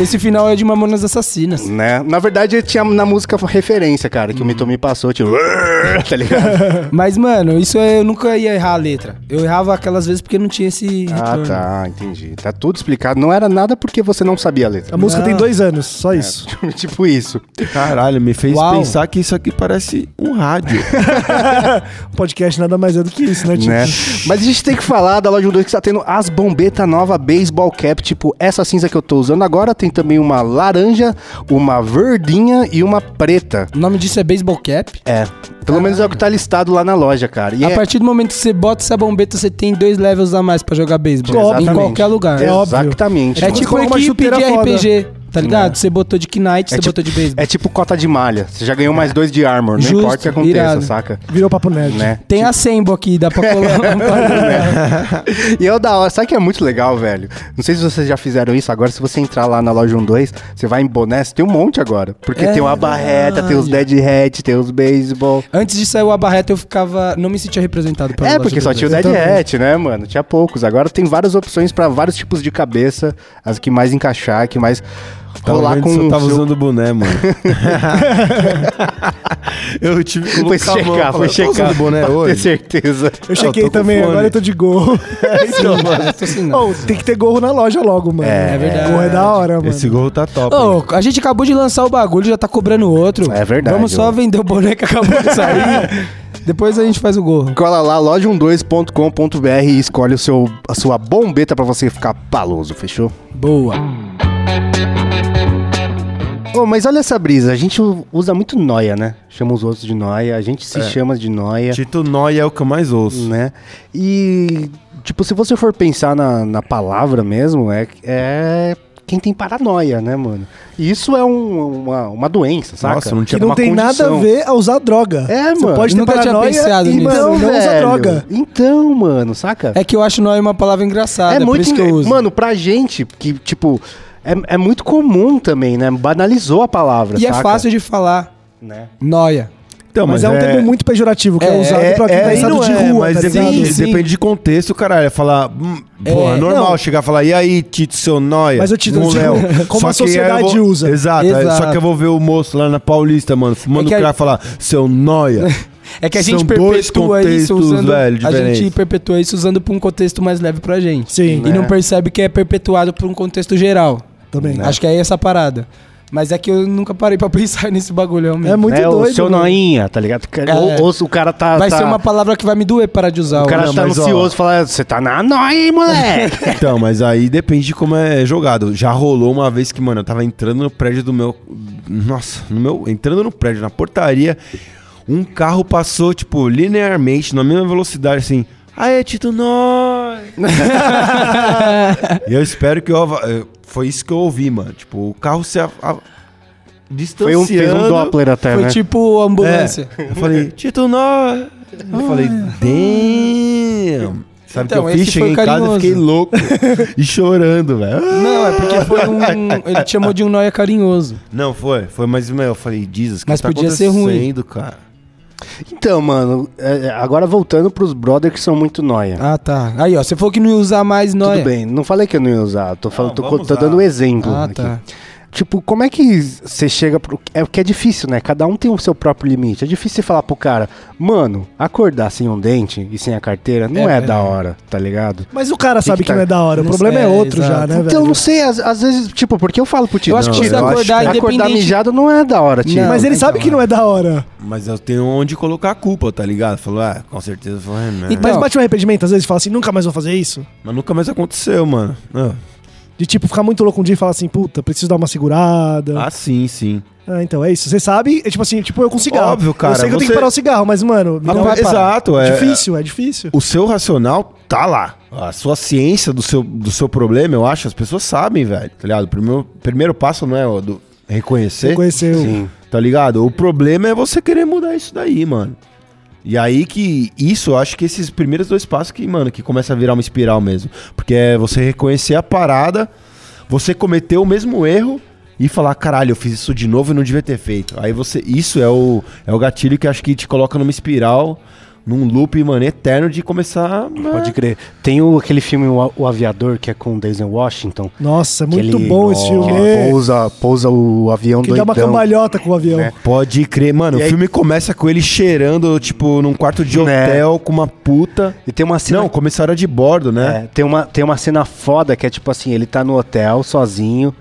Esse final é de Mamonas Assassinas. Né? Na verdade, eu tinha na música referência, cara, que o Mito me passou, tipo, tá ligado? Mas, mano, isso é- eu nunca ia errar a letra. Eu errava aquelas vezes porque não tinha esse ah, retorno. tá, entendi. Tá tudo explicado. Não era nada porque você não sabia a letra. A música Não. tem dois anos, só É. isso. Tá tipo isso. Caralho, me fez Uau. pensar que isso aqui parece um rádio. O podcast nada mais é do que isso, né, Tito? né? Mas a gente tem que falar da loja 1-2 que está tendo as bombeta nova baseball cap, tipo essa cinza que eu tô usando agora, tem também uma laranja, uma verdinha e uma preta. O nome disso é Baseball Cap. É, pelo menos é o que tá listado lá na loja, cara. E A é- partir do momento que você bota essa bombeta, você tem dois levels a mais pra jogar beisebol. Exatamente. Em qualquer lugar. É É, óbvio. Exatamente. É tipo colocar uma equipe chuteira de foda. RPG, tá ligado? Você botou de Knight, você tipo- botou de beisebol. É. É tipo cota de malha. Você já ganhou mais dois de armor, não Justo, importa o que aconteça, irado. saca? Virou papo nerd. Né? Tem a Sembo aqui, dá pra colar. É. E é o da hora, sabe que é muito legal, velho? Não sei se vocês já fizeram isso, agora se você entrar lá na loja 12, você vai em bonés, tem um monte agora. Porque É. tem uma barreta, tem os Ah. dead hat, tem os beisebol. Antes de sair o Abarreta, eu ficava... Não me sentia representado pela É, loja porque só tinha o brasileira. Dead Exatamente. Hat, né, mano? Tinha poucos. Agora tem várias opções pra vários tipos de cabeça, as que mais encaixar, que mais rolar vendo com se eu o tava seu- usando boné, mano. eu tive que Foi colocar um a mão, checar, falar, foi "Eu tô checar. Tá usando boné pra ter hoje. certeza. Eu chequei Eu tô com também, fone. agora eu tô de gorro. Então, mano, Tô assim, não. Oh, tem que ter gorro na loja logo, mano. É, é verdade. Gorro é da hora, mano. Esse gorro tá top. hein? Ô, a gente acabou de lançar o bagulho, já tá cobrando outro. É verdade, Vamos só ô. vender o boneco que acabou de sair. Depois a gente faz o gorro. Cola lá, loja12.com.br e escolhe o seu, a sua bombeta pra você ficar paloso, fechou? Boa. Ô, mas olha essa brisa, a gente u- usa muito noia, né? Chama os outros de noia, a gente É. se chama de noia. Tito Noia é o que eu mais ouço. né? E, tipo, se você for pensar na, na palavra mesmo, é, é quem tem paranoia, né, mano? E isso é um- uma, uma doença, saca? Nossa, não tinha Que não Uma tem nada a condição. ver a usar droga. É, Você mano. pode ter Nunca tinha paranoia pensado e, nisso. mano, não usa velho. droga. Então, mano, saca? É que eu acho nóia uma palavra engraçada, é por isso que eu uso. Mano, pra gente, que, tipo, é, é muito comum também, né? Banalizou a palavra, e saca? é fácil de falar. Né? Nóia. Então, Mas, é um termo muito pejorativo, que é, É, usado pra quem tá e estado não de é, rua, mas tá ligado? depende, Sim, sim. depende de contexto, caralho. É falar, hum, É, porra, normal não. chegar e falar, e aí, Tito, seu nóia? Mas eu te- Como eu te- Léo. como Só a que aí eu sociedade vou- usa. Exato, aí- só Exato. que eu vou ver o moço lá na Paulista, mano, fumando É o que a- cara e falar, seu nóia. É que a gente São dois perpetua isso contextos, usando. velho, a diferentes. gente perpetua isso usando pra um contexto mais leve pra gente. Sim. E não percebe que é perpetuado por um contexto geral. Também. Acho que é essa a parada. Mas é que eu nunca parei pra pensar nesse bagulho, realmente. É muito né? doido. O seu mano. noinha, tá ligado? É. Ou, ou se o cara tá... Vai tá- ser uma palavra que vai me doer parar de usar. O cara hoje. tá mas, ó. ansioso, fala, você tá na noia, hein, moleque? Então, mas aí depende de como é jogado. Já rolou uma vez que, mano, eu tava entrando no prédio do meu. Nossa, no meu. Entrando no prédio, na portaria, um carro passou, tipo, linearmente, na mesma velocidade, assim. Aê, Tito, nós! e eu espero que eu. ava- eh, Foi isso que eu ouvi, mano. Tipo, o carro se. a- a- Foi distanciando. um, fez um Doppler até, Foi né? tipo É. ambulância. Eu falei, Tito, nós! Eu falei, damn! Sabe o Ah. Então, que eu fiz? esse foi Cheguei em casa e carinhoso. fiquei louco e chorando, velho. Ah. Não, é porque foi um. Ele te chamou de um nóia carinhoso. Não, foi. Foi, mas meu, eu falei, Jesus, que Mas tá podia ser ruim. acontecendo, cara? Então, mano, é, agora voltando pros brother que são muito noia. Ah, tá. Aí, ó, você falou que não ia usar mais É. Tudo nóia. bem, não falei que eu não ia usar, tô, falando, tô, vamos tô usar. dando um exemplo. Ah, aqui. tá. Tipo, como é que você chega pro. É que é difícil, né? Cada um tem o seu próprio limite. É difícil você falar pro cara, mano, acordar sem um dente e sem a carteira não é, É, é. da hora, tá ligado? Mas o cara sabe que que, tá- não é da hora. O Não problema sei, é outro exato. já, né, então, velho? não sei, às, às vezes, tipo, porque eu falo pro Tito. Eu acho que "Não, você acordar acordar independente- mijado não é da hora, Tito. Não. Mas ele Então, sabe que não é da hora. Mas eu tenho onde colocar a culpa, tá ligado? Falou, ah, com certeza foi Renan. Então- Mas bate um arrependimento, às vezes, fala assim, nunca mais vou fazer isso. Mas nunca mais aconteceu, mano. Ah, De tipo, ficar muito louco um dia e falar assim, puta, preciso dar uma segurada. ah, sim, sim. Ah, então é isso. Você sabe, é tipo assim, tipo eu com cigarro. Óbvio, cara, Eu sei que eu tenho você- que parar o cigarro, mas, mano, Ah, não vai parar. exato, é- é. Difícil, é difícil. O seu racional tá lá. A sua ciência do seu, do seu problema, eu acho, as pessoas sabem, velho. Tá ligado? O primeiro, primeiro passo não é o do reconhecer, Reconheceu. tá ligado? O problema é você querer mudar isso daí, mano. E aí que isso, eu acho que esses primeiros dois passos que, mano, que começa a virar uma espiral mesmo. Porque é você reconhecer a parada, você cometer o mesmo erro e falar, caralho, eu fiz isso de novo e não devia ter feito. Aí você, isso é o, é o gatilho que acho que te coloca numa espiral num loop, mano, eterno de começar. Pode crer. Tem o, aquele filme o, A- o Aviador, que é com o Denzel Washington. Nossa, é que muito ele- bom esse que filme. É, Ele pousa, pousa o avião Que dá doidão. uma cambalhota com o avião. Pode crer, mano. E o aí- filme começa com ele cheirando, tipo, num quarto de Né. hotel com uma puta. E tem uma cena Não, comissária de bordo, né? É, tem, uma, tem uma cena foda que é tipo assim, ele tá no hotel sozinho,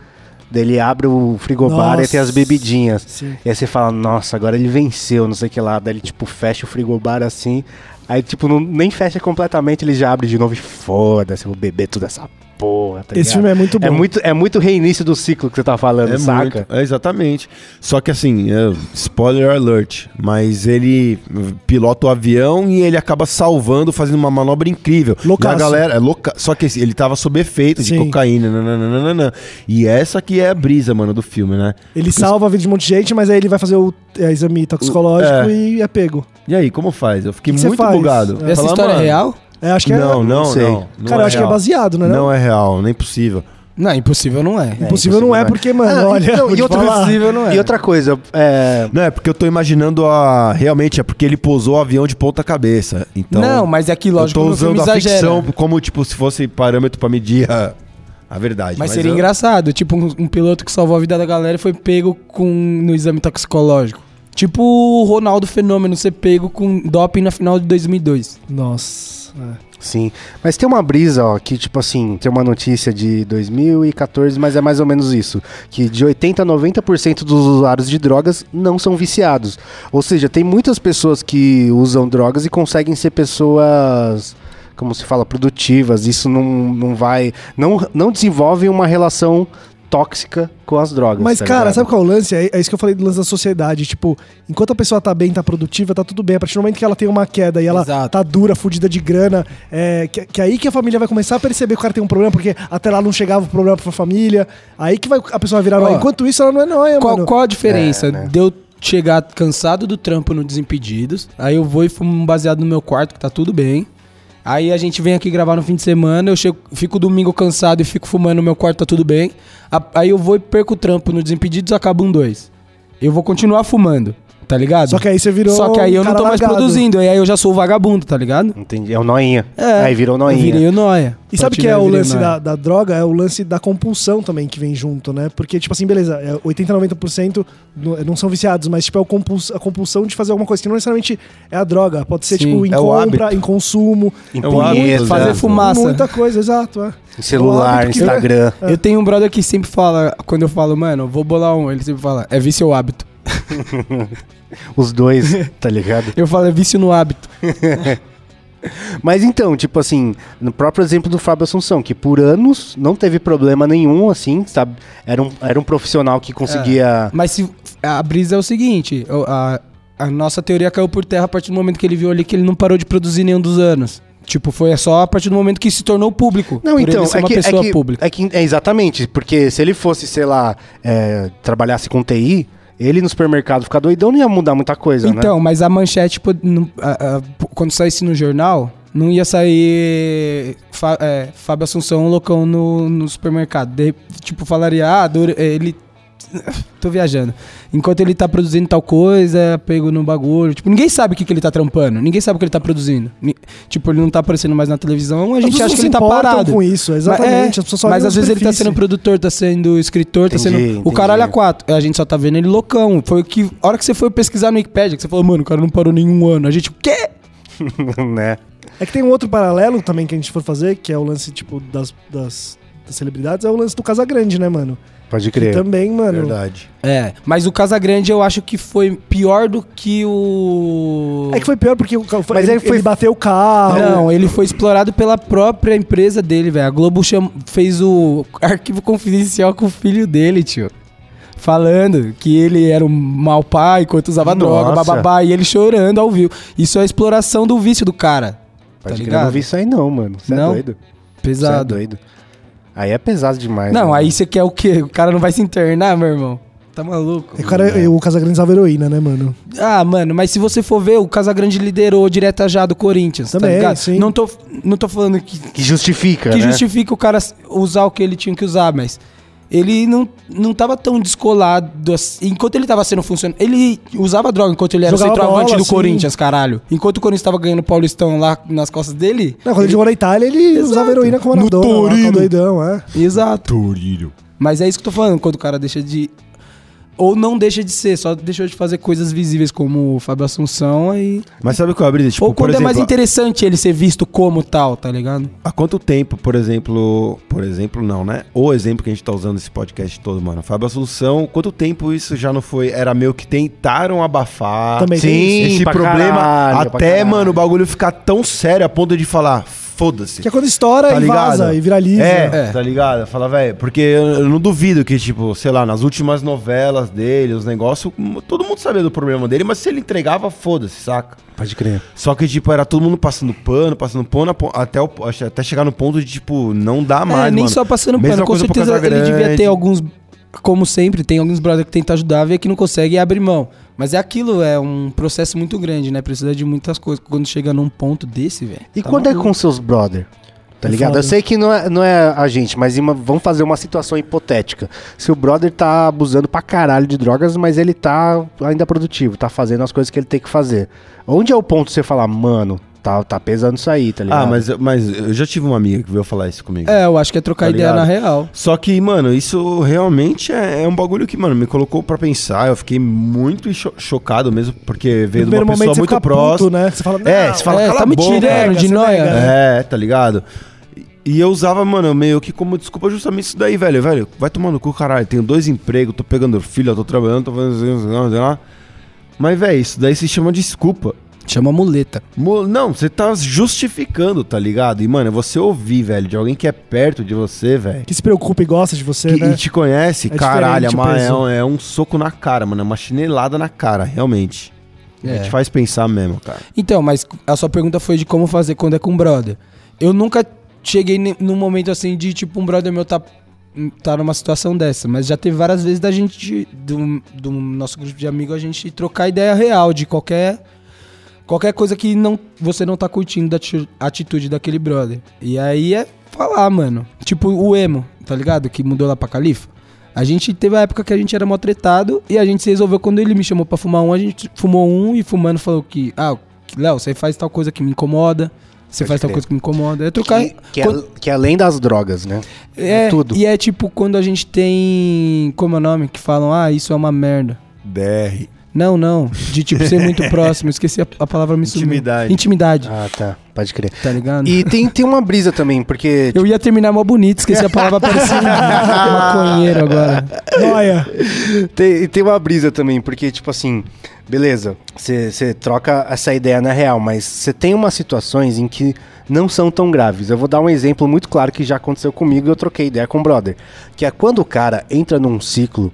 daí ele abre o frigobar e Nossa. tem as bebidinhas. Sim. E aí você fala, nossa, agora ele venceu, não sei o que lá. Daí ele tipo fecha o frigobar assim, aí tipo não, nem fecha completamente, ele já abre de novo e foda-se, eu vou beber toda essa porra, tá Esse ligado? filme é muito bom. É muito, é muito reinício do ciclo que você tá falando, É saca? muito- é, exatamente. Só que assim, é, spoiler alert, mas ele pilota o avião e ele acaba salvando, fazendo uma manobra incrível. Loucaço. E a galera, é louca, só que assim, ele tava sob efeito de Sim. cocaína, nananana. E essa que é a brisa, mano, do filme, né? Ele salva a vida de um monte de gente, mas aí ele vai fazer o é, exame toxicológico e é pego. E aí, como faz? Eu fiquei Que que você muito faz? bugado. Essa Falar, história mano, é real? É, acho que é. Não, não, sei. não. não Cara, eu acho que é real. baseado, né? Não é real, nem possível. Não, impossível não é. Impossível não é, impossível, porque, mano, Ah, olha. então, vou e, te outra, falar. possível não é. e outra coisa, é, Não, é porque eu tô imaginando a. Realmente, é porque ele pousou o avião de ponta cabeça. Então. não, mas é que lógico eu tô no filme usando a exagera. ficção como, tipo, se fosse parâmetro pra medir a, a verdade. Mas seria eu- engraçado, tipo, um, um piloto que salvou a vida da galera e foi pego com, no exame toxicológico. Tipo o Ronaldo Fenômeno ser pego com doping na final de 2002. Nossa. é. Sim. Mas tem uma brisa, ó, que tipo assim, tem uma notícia de 2014, mas é mais ou menos isso. Que de 80% a 90% dos usuários de drogas não são viciados. Ou seja, tem muitas pessoas que usam drogas e conseguem ser pessoas. Como se fala, produtivas, isso não, não vai. Não, não desenvolve uma relação tóxica com as drogas. Mas, tá cara, ligado? sabe qual é o lance? É, é isso que eu falei do lance da sociedade. Tipo, enquanto a pessoa tá bem, tá produtiva, tá tudo bem. A partir do momento que ela tem uma queda e ela Exato. tá dura, fudida de grana, é, que, que aí que a família vai começar a perceber que o cara tem um problema, porque até lá não chegava o problema pra família. Aí que vai, a pessoa vai virar Ó, nóia. Enquanto isso, ela não é nóia, Qual, mano. qual a diferença É, né? de eu chegar cansado do trampo no Desimpedidos, aí eu vou e fumo um baseado no meu quarto, que tá tudo bem. Aí a gente vem aqui gravar no fim de semana, eu chego, fico domingo cansado e fico fumando no meu quarto, tá tudo bem. A- aí eu vou e perco o trampo no Desimpedidos, acaba um dois. Eu vou continuar fumando, tá ligado? Só que aí você virou Só que aí eu um não cara tô mais largado. produzindo, e aí eu já sou o vagabundo, tá ligado? Entendi. É o noinha. Aí virou noinha. Eu virei o noia. E sabe o que é Praticamente o virei lance da, noia. da droga? É o lance da compulsão também que vem junto, né? Porque, tipo assim, beleza, é 80, 90% no- não são viciados, mas, tipo, é o compuls- a compulsão de fazer alguma coisa que não necessariamente é a droga. Pode ser, Sim, tipo, em é o compra, hábito. em consumo, Em É um hábito, punheta, fazer né? fumar. Massa. muita É. coisa, exato. É. Em celular, hábito que- Instagram. Eu tenho um brother que sempre fala, quando eu falo, mano, vou bolar um, ele sempre fala, é vício ou hábito. Os dois, tá ligado? Eu falo, é vício no hábito. Mas então, tipo assim, no próprio exemplo do Fábio Assunção, que por anos não teve problema nenhum, assim, sabe? Era um, era um profissional que conseguia. Mas se, a brisa é o seguinte, eu- a, a nossa teoria caiu por terra a partir do momento que ele viu ali que ele não parou de produzir nenhum dos anos. Tipo, foi só a partir do momento que se tornou público. Não, por então, ele ser é uma que, é, pessoa que, pública. é que- é exatamente, porque se ele fosse, sei lá, é, trabalhasse com TI, ele no supermercado ficar doidão não ia mudar muita coisa, né? Então, mas a manchete, pod- não- a- a- quando saísse no jornal, não ia sair Fa- é, Fábio Assunção loucão no, no supermercado. De- tipo, falaria, ah, Dor- é, ele. Tô viajando. Enquanto ele tá produzindo tal coisa, pego no bagulho. Tipo, ninguém sabe o que, que ele tá trampando. Ninguém sabe o que ele tá produzindo. Ni- Tipo, ele não tá aparecendo mais na televisão, a As gente pessoas acha não que se ele tá importam parado. com isso, exatamente. As pessoas Mas, só é, mas olham às na vezes ele tá superfície. sendo produtor, tá sendo escritor, tá Entendi, sendo. O entendi. caralho a quatro. A gente só tá vendo ele loucão. Foi o que. A hora que você foi pesquisar no Wikipedia, que você falou, mano, o cara não parou nenhum ano. A gente, o quê? né? É que tem um outro paralelo também que a gente for fazer, que é o lance, tipo, das, das, das celebridades, é o lance do Casagrande, né, mano? Pode Que crer. Então, também, mano. Verdade. É, mas o Casagrande eu acho que foi pior do que o. É que foi pior porque o ca- Mas ele, aí foi- ele bateu o carro. Não, ele foi explorado pela própria empresa dele, velho. A Globo cham- fez o arquivo confidencial com o filho dele, tio. Falando que ele era um mau pai, enquanto usava droga, Nossa. bababá, e ele chorando ao vivo. Isso é a exploração do vício do cara. Pode crer. Eu tá ligado? não vi isso aí, não, mano. Você é Não? doido. Você é Pesado. doido. Aí é pesado demais. Não, né? aí você quer o quê? O cara não vai se internar, meu irmão? Tá maluco? O, cara, o Casagrande usava heroína, né, mano? Ah, mano, mas se você for ver, o Casagrande liderou direta já do Corinthians, Também, tá ligado? sim. Não tô, não tô falando que, Que justifica. que né? justifica o cara usar o que ele tinha que usar, mas ele não, não tava tão descolado. Assim. Enquanto ele tava sendo funcionário. Ele usava droga enquanto ele era o Jogava centroavante bola, do assim. Corinthians, caralho. Enquanto o Corinthians tava ganhando o Paulistão lá nas costas dele. Não, quando ele jogou na Itália, ele usava heroína com Maradona. No lá, Torino. tá doidão, é. Exato. Torilho. Mas é isso que eu tô falando, quando o cara deixa de. Ou não deixa de ser, só deixou de fazer coisas visíveis como o Fábio Assunção aí. Mas sabe qual é a brisa? Tipo, Ou por quando é exemplo, mais interessante ele ser visto como tal, tá ligado? Há quanto tempo, por exemplo. Por exemplo, não, né? O exemplo que a gente tá usando esse podcast todo, mano. Fábio Assunção, quanto tempo isso já não foi? Era meio que tentaram abafar. Também tem Sim, isso. esse pra problema. caralho, pra até, caralho. mano, o bagulho ficar tão sério a ponto de falar, foda-se. Que é quando estoura Tá e ligado? vaza e viraliza. É, É. tá ligado? Fala, velho, porque eu eu não duvido que, tipo, sei lá, nas últimas novelas dele, os negócios, m- todo mundo sabia do problema dele, mas se ele entregava, foda-se, saca? Pode crer. Só que, tipo, era todo mundo passando pano, passando pano, apo- até, o- acho- até chegar no ponto de, tipo, não dá mais, é, nem mano. só passando Mesma pano. Com coisa pro certeza ele Casagrande. devia ter alguns. Como sempre, tem alguns brother que tenta ajudar, vê que não consegue e abre mão. Mas é aquilo, é um processo muito grande, né? Precisa de muitas coisas. Quando chega num ponto desse, velho. tá E quando é com seus brother? Tá É ligado? foda. Eu sei que não é, não é a gente, mas ima- vamos fazer uma situação hipotética. Se o brother tá abusando pra caralho de drogas, mas ele tá ainda produtivo, tá fazendo as coisas que ele tem que fazer. Onde é o ponto de você falar, mano, tá, tá pesando isso aí, tá ligado? Ah, mas, eu- mas eu já tive uma amiga que veio falar isso comigo. É, eu acho que é trocar Tá ideia ligado? na real. Só que, mano, isso realmente é, é um bagulho que, mano, me colocou pra pensar. Eu fiquei muito cho- chocado mesmo, porque veio de uma pessoa você muito fica próxima. puto, né? Você fala, É, "Não, você fala, é, cala tá a me boca, tirando nega, de você noia. nega, né? É, tá ligado? E eu usava, mano, meio que como desculpa justamente isso daí, velho. Velho, vai tomando cu, caralho. Tenho dois empregos, tô pegando filha, tô trabalhando, tô fazendo. sei lá, sei lá. Mas, velho, isso daí se chama desculpa. Chama muleta. Mo- Não, você tá justificando, tá ligado? E, mano, você ouvir, velho, de alguém que é perto de você, velho. que se preocupa e gosta de você, Que, né? E te conhece, É caralho, é, diferente o uma- é peso. um, é um soco na cara, mano. É uma chinelada na cara, realmente. É. A gente faz pensar mesmo, cara. Então, mas a sua pergunta foi de como fazer quando é com brother. Eu nunca cheguei ne- num momento assim de tipo um brother meu tá, tá numa situação dessa, mas já teve várias vezes da gente, do, do nosso grupo de amigos, a gente trocar ideia real de qualquer. Qualquer coisa que não, você não tá curtindo da ati- atitude daquele brother. E aí é falar, mano. Tipo o emo, tá ligado? Que mudou lá pra Califa. A gente teve a época que a gente era mó tretado e a gente se resolveu quando ele me chamou pra fumar um, a gente fumou um e fumando falou que, ah, Léo, você faz tal coisa que me incomoda, você faz tal crer. coisa que me incomoda. É trocar. que, que, quando- al- que é além das drogas, né? é, tudo. E é tipo quando a gente tem. Como é o nome? Que falam, ah, isso é uma merda. BR. Não, não. De tipo ser muito próximo. Esqueci a, a palavra me sumiu. Intimidade. Intimidade, Ah, tá. Pode crer. tá ligado? E tem, tem uma brisa também, porque. Eu ia terminar mó bonito, esqueci a palavra parecendo maconheiro agora. Noia. Tem, e tem uma brisa também, porque, tipo assim, beleza, você troca essa ideia na real, mas você tem umas situações em que não são tão graves. Eu vou dar um exemplo muito claro que já aconteceu comigo e eu troquei ideia com o brother. Que é quando o cara entra num ciclo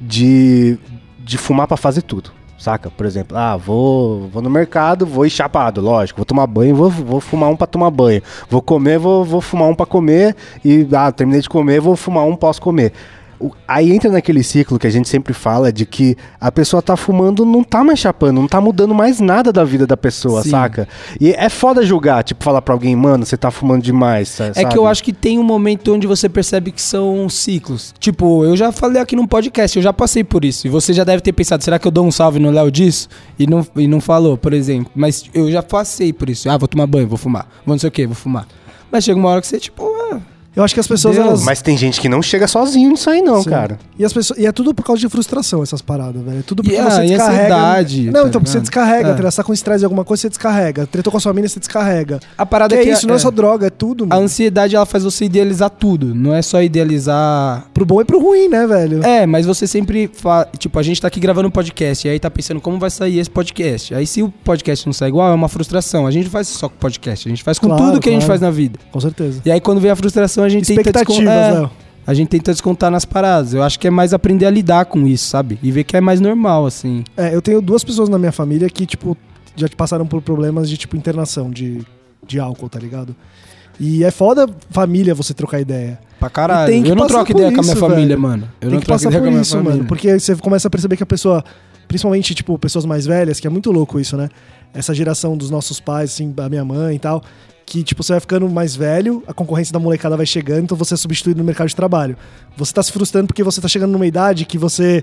de, de fumar pra fazer tudo. Saca? Por exemplo, ah, vou, vou no mercado, vou ir chapado, lógico, vou tomar banho, vou, vou fumar um pra tomar banho. Vou comer, vou, vou fumar um pra comer e ah, terminei de comer, vou fumar um pós comer. O- Aí entra naquele ciclo que a gente sempre fala de que a pessoa tá fumando, não tá mais chapando, não tá mudando mais nada da vida da pessoa, Sim. saca? E é foda julgar, tipo, falar pra alguém, mano, você tá fumando demais, sa- É sabe? que eu acho que tem um momento onde você percebe que são ciclos. Tipo, eu já falei aqui num podcast, eu já passei por isso. E você já deve ter pensado, será que eu dou um salve no Léo disso? E não, e não falou, por exemplo. Mas eu já passei por isso. Ah, vou tomar banho, vou fumar. Vou não sei o quê, vou fumar. Mas chega uma hora que você, tipo, ah, Eu acho que as pessoas, Deus, elas... Mas tem gente que não chega sozinho nisso aí, não, Sim. cara. E, as pessoas, e é tudo por causa de frustração, essas paradas, velho. É tudo porque E, ah, você e descarrega. ansiedade, não, tá então porque você ligado? descarrega, É. tá ligado? Você tá com estresse de alguma coisa, você descarrega. Tretou com a sua mina, você descarrega. a parada Que é que isso, não é só droga, é tudo. A Mano. ansiedade, ela faz você idealizar tudo. Não é só idealizar Pro bom e pro ruim, né, velho? É, mas você sempre fala. Tipo, a gente tá aqui gravando um podcast e aí tá pensando como vai sair esse podcast. Aí se o podcast não sai igual, é uma frustração. A gente não faz só com podcast, a gente faz com Claro, tudo que a gente claro. faz na vida. Com certeza. E aí quando vem a frustração, a gente tenta é. Expectativas, descontar. Léo. a gente tenta descontar nas paradas. Eu acho que é mais aprender a lidar com isso, sabe? E ver que é mais normal, assim. É, eu tenho duas pessoas na minha família que, tipo, já te passaram por problemas de, tipo, internação de, de álcool, tá ligado? E é foda família você trocar ideia. Pra caralho. E tem que eu não passar troco por ideia com a minha isso, família, velho. mano. Eu tem não que troco passar ideia por com a minha isso, família. mano. Porque você começa a perceber que a pessoa, principalmente, tipo, pessoas mais velhas, que é muito louco isso, né? Essa geração dos nossos pais, assim, da minha mãe e tal, que, tipo, você vai ficando mais velho, a concorrência da molecada vai chegando, então você é substituído no mercado de trabalho. Você tá se frustrando porque você tá chegando numa idade que você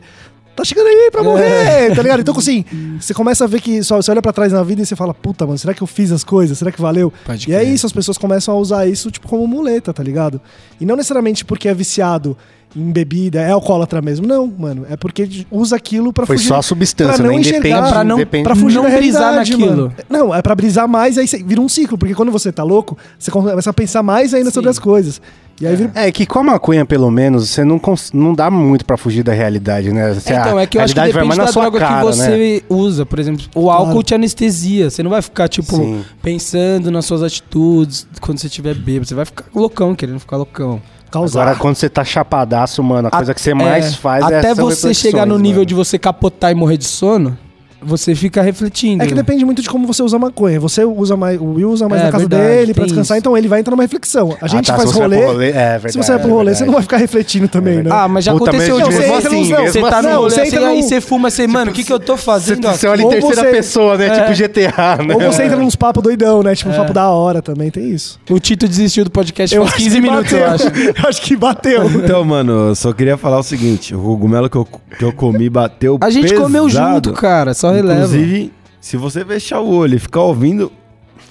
tá chegando aí É. pra morrer, tá ligado? Então, assim, você começa a ver que só você olha pra trás na vida e você fala, puta, mano, será que eu fiz as coisas? Será que valeu? Pode e é crer. isso, as pessoas começam a usar isso, tipo, como muleta, tá ligado? E não necessariamente porque é viciado em bebida, é alcoólatra mesmo. Não, mano, é porque usa aquilo pra Foi fugir. só a substância, pra né? não Independe- enxergar, pra não- depende- pra fugir não da brisar realidade, naquilo. mano. Não, é pra brisar mais, aí você vira um ciclo, porque quando você tá louco, você começa a pensar mais ainda sobre as coisas. E aí vira. É que com a maconha, pelo menos, você não, cons- não dá muito pra fugir da realidade, né? Você- então, é que eu a acho que realidade vai depende mais na da sua droga cara, né? que você usa. Por exemplo, o álcool Claro. te anestesia. Você não vai ficar, tipo, Sim. pensando nas suas atitudes quando você estiver bêbado. Você vai ficar loucão, querendo ficar loucão. Causar. Agora, quando você tá chapadaço, mano, a coisa que você mais É, faz é Até essas você reflexões, chegar no nível mano. de você capotar e morrer de sono, você fica refletindo. É que depende muito de como você usa a maconha. Você usa mais, o Will usa mais É, na casa verdade, dele pra tem descansar, isso. então ele vai entrar numa reflexão. A Ah, gente tá, faz se você vai rolê. pro rolê- é, verdade, se você vai pro é rolê, você verdade. É não vai ficar refletindo também, né? Ah, mas já Puta, aconteceu. mas de mesmo você, assim, não, mesmo você tá assim. no Não, rolê, você assim, entra aí num- você fuma, você, mano, o que, que eu tô Você, fazendo? você aqui? olha em ou terceira você- pessoa, É. né? Tipo GTA, né? Ou você entra nos papos doidão, né? Tipo, um papo da hora também, tem isso. O Tito desistiu do podcast faz acho 15 que minutos, eu acho. bateu. eu acho que bateu. Então, mano, eu só queria falar o seguinte: o cogumelo que eu, que eu comi bateu A gente comeu pesado. junto, cara, só releva. Inclusive, se você fechar o olho e ficar ouvindo,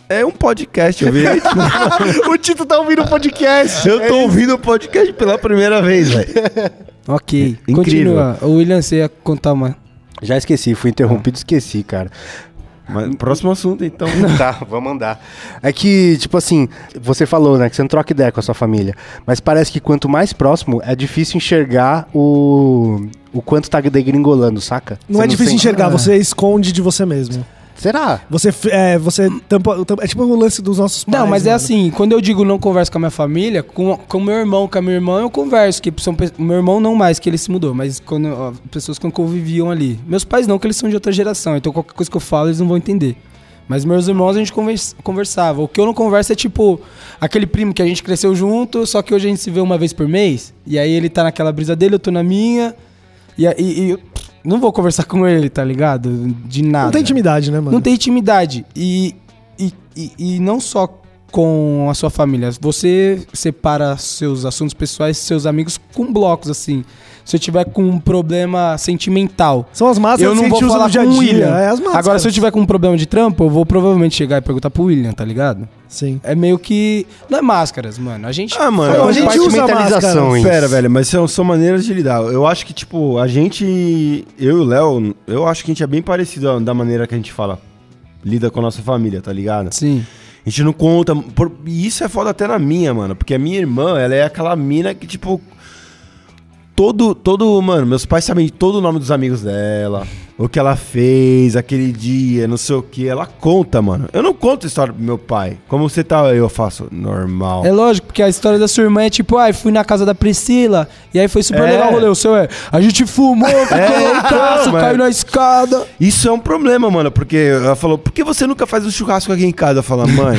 é um podcast. Eu, vi, o Tito tá ouvindo o podcast. eu tô ouvindo o podcast pela primeira vez, velho. Ok, Incrível. continua. O William, você ia contar uma... Já esqueci, fui interrompido, esqueci, cara. Mas próximo assunto, então. Tá, vamos andar. É que, tipo assim, você falou, né, que você não troca ideia com a sua família. Mas parece que quanto mais próximo, é difícil enxergar o, o quanto tá degringolando, saca? Não Você é difícil sente- enxergar, Ah. você esconde de você mesmo. Será? Você, f- é, você tampa, tampa- É tipo o lance dos nossos pais. Não, mas é mano. assim, quando eu digo não converso com a minha família, com, com meu irmão, com a minha irmã, eu converso. Que são, pe- meu irmão não mais, que ele se mudou, mas quando, ó, pessoas que conviviam ali. Meus pais não, que eles são de outra geração, então qualquer coisa que eu falo eles não vão entender. Mas meus irmãos a gente convers- conversava. O que eu não converso é tipo aquele primo que a gente cresceu junto, só que hoje a gente se vê uma vez por mês, e aí ele tá naquela brisa dele, eu tô na minha, e, aí- e eu não vou conversar com ele, tá ligado? De nada. Não tem intimidade, né, mano? Não tem intimidade. E, e, e, e não só com a sua família. Você separa seus assuntos pessoais, seus amigos, com blocos, assim. Se eu tiver com um problema sentimental. São as máscaras eu que não a vou gente usa falar no dia a com dia. o William. É as máscaras. Agora, se eu tiver com um problema de trampo, eu vou provavelmente chegar e perguntar pro William, tá ligado? Sim. É meio que. Não é máscaras, mano. A gente. Ah, mano, Não, eu- a gente usa Compartimentalizações. Pera, velho, mas são, são maneiras de lidar. Eu acho que, tipo, a gente. Eu e o Léo, eu acho que a gente é bem parecido ó, da maneira que a gente fala. Lida com a nossa família, tá ligado? Sim. A gente não conta. por- E isso é foda até na minha, mano. Porque a minha irmã, ela é aquela mina que, tipo. Todo, todo, mano, meus pais sabem todo o nome dos amigos dela, o que ela fez aquele dia, não sei o que. Ela conta, mano. Eu não conto história pro meu pai. Como você tá, eu faço normal. É lógico, porque a história da sua irmã é tipo, ai, fui na casa da Priscila, e aí foi super É. legal o rolê. O seu é, a gente fumou, ficou É, loucaço, então, caiu mano. na escada. Isso é um problema, mano, porque ela falou, por que você nunca faz um churrasco aqui em casa? Eu falo, mãe.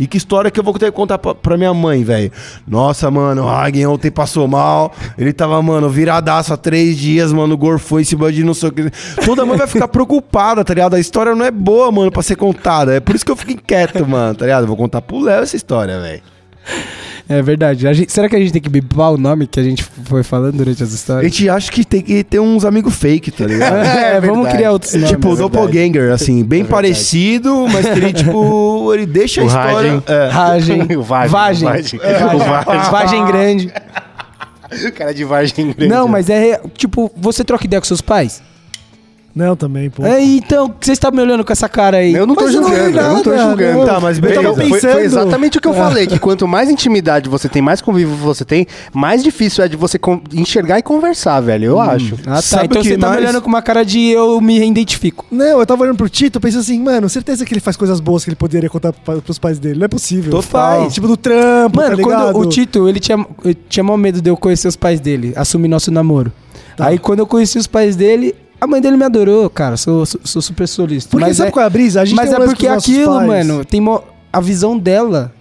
E que história que eu vou ter que contar pra, pra minha mãe, velho? Nossa, mano, o Hagen ontem passou mal. Ele tava, mano, viradaço há três dias, mano, gorfou em cima de não sei o que. Toda mãe vai ficar preocupada, tá ligado? A história não é boa, mano, pra ser contada. É por isso que eu fico inquieto, mano, tá ligado? Eu vou contar pro Léo essa história, velho. É verdade. A gente- será que a gente tem que bipar o nome que a gente foi falando durante as A histórias? gente acha que tem que ter uns amigos fake, tá ligado? É, É vamos verdade. criar outros nomes. tipo, o Doppelganger, assim, bem parecido, mas que ele, tipo, ele deixa a O história. Hagen. É. Vagem. O Vagem, Vagem. É, o Vagem. É. Vagem. O Vagem. Vagem grande. O cara é de Vargem Grande. Não, mas é. Tipo, você troca ideia com seus pais? Não, também, pô. É, então, você está me olhando com essa cara aí. Eu não tô Mas eu não julgando, vi eu não tô nada, julgando. não. Tá, mas Foi- beleza. Foi, foi pensando. É. exatamente o que eu falei, que quanto mais intimidade você tem, mais convívio você tem, mais difícil é de você con- enxergar e conversar, velho, Hum. eu acho. Ah, tá. Sabe então o que você tá me mais? olhando com uma cara de eu me reidentifico. Não, eu tava olhando pro Tito pensando assim, mano, certeza que ele faz coisas boas que ele poderia contar pa- pros pais dele. Não é possível. Total. Faz, Tipo do trampo, Mano, tá ligado? quando o Tito, ele tinha, ele tinha maior medo de eu conhecer os pais dele, assumir nosso namoro. Tá. Aí quando eu conheci os pais dele, a mãe dele me adorou, cara. Sou, sou, sou super solista. Porque mas sabe é, qual é a brisa? A gente mas tem um é lance porque com os nossos aquilo, pais. mano, tem mo- a visão dela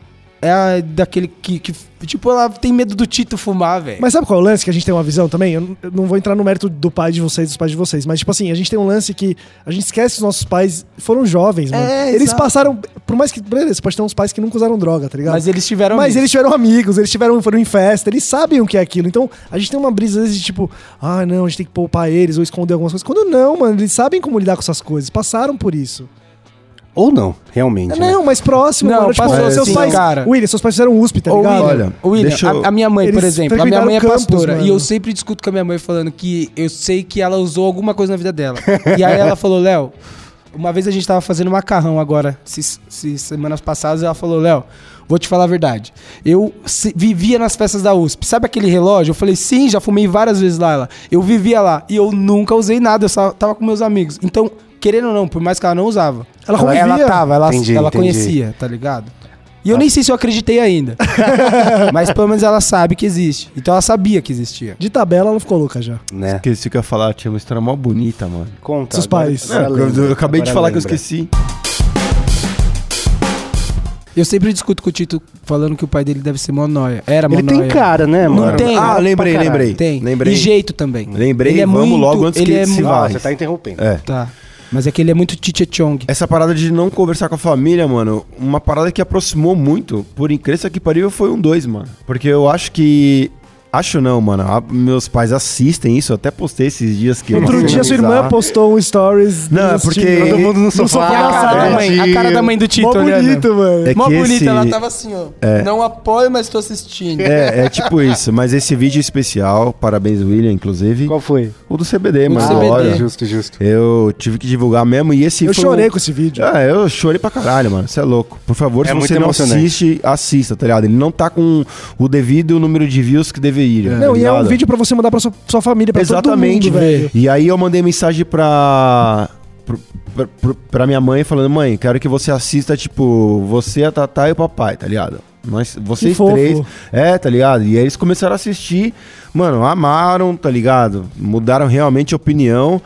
é a daquele que, que- Tipo, ela tem medo do Tito fumar, velho. Mas sabe qual é o lance que a gente tem uma visão também? Eu n- eu não vou entrar no mérito do pai de vocês, dos pais de vocês, mas tipo assim, a gente tem um lance que a gente esquece que os nossos pais foram jovens, mano. É, Eles exato. passaram Por mais que, beleza, você pode ter uns pais que nunca usaram droga, tá ligado? Mas eles tiveram Mas amigos. eles tiveram amigos, eles tiveram, foram em festa, eles sabem o que é aquilo. Então, a gente tem uma brisa às vezes de tipo, ah, não, a gente tem que poupar eles ou esconder algumas coisas. Quando não, mano, eles sabem como lidar com essas coisas, passaram por isso. Tipo, Ou não, realmente. né? Não, mas próximo, Não, mano. passou, tipo, seus sim, pais. cara. William, seus pais fizeram USP, tá Ô, ligado? William, ô, William, deixa eu- a, a minha mãe, por Eles exemplo, a minha mãe é frequentaram campus, pastora. mano. E eu sempre discuto com a minha mãe falando que eu sei que ela usou alguma coisa na vida dela. e aí ela falou, Léo, uma vez a gente tava fazendo macarrão agora, se- se- semanas passadas, ela falou, Léo, vou te falar a verdade. Eu se- vivia nas festas da USP. Sabe aquele relógio? Eu falei, sim, já fumei várias vezes lá. Ela, eu vivia lá e eu nunca usei nada, eu só tava com meus amigos. Então, querendo ou não, por mais que ela não usava. Ela ela convivia. tava, ela, Entendi, ela entendi. conhecia, tá ligado? E eu nem sei se eu acreditei ainda. Mas pelo menos ela sabe que existe. Então ela sabia que existia. De tabela, ela ficou louca já. Né? Esqueci o que eu ia falar, tinha uma história mó bonita, mano. Conta. Seus agora- pais. agora É, Eu, lembra, eu acabei agora de é falar que eu lembra. esqueci. Eu sempre discuto com o Tito falando que o pai dele deve ser monóia. Era Ele monóia. tem cara, né, mano? Não tem. Ah, era lembrei, pra caralho. lembrei. Tem. Lembrei. E jeito também. Lembrei, Ele é vamos muito- logo antes que ele é ele se mu- vá. Ah, você tá interrompendo. É. Tá. Mas é que ele é muito Tite Chong. Essa parada de não conversar com a família, mano, uma parada que aproximou muito, por incrível que pariu, foi um dois, mano. Porque eu acho que. Acho não, mano. a- meus pais assistem isso, eu até postei esses dias que. eu- Outro dia, sua irmã postou um stories. Não, é assistindo. porque- Todo mundo no sofá, sofá. E a cara, da né? mãe, a cara da mãe do Tito, Mó olhando. bonito, mano. É Mó que bonita, esse- ela tava assim, ó. Não apoio, mas tô assistindo. É, é tipo isso. Mas esse vídeo especial, parabéns, William, inclusive. Qual foi? O do CBD, do mano. CBD. Olha, Justo, justo. Eu tive que divulgar mesmo e esse Eu foi chorei um- com esse vídeo. Ah, eu chorei pra caralho, mano. Você é louco. Por favor, É se muito você não emocionante. assiste, assista, tá ligado? Ele não tá com o devido número de views que deveria. Não, tá e é um ligado? vídeo pra você mandar pra sua, sua família, pra Exatamente, todo mundo, velho. E aí eu mandei mensagem pra. pro- pra- pro- Pra minha mãe falando, mãe, quero que você assista, tipo, você, a Tatá e o papai, tá ligado? Mas vocês fofo. três. É, tá ligado? E aí eles começaram a assistir, mano, amaram, tá ligado? Mudaram realmente a opinião.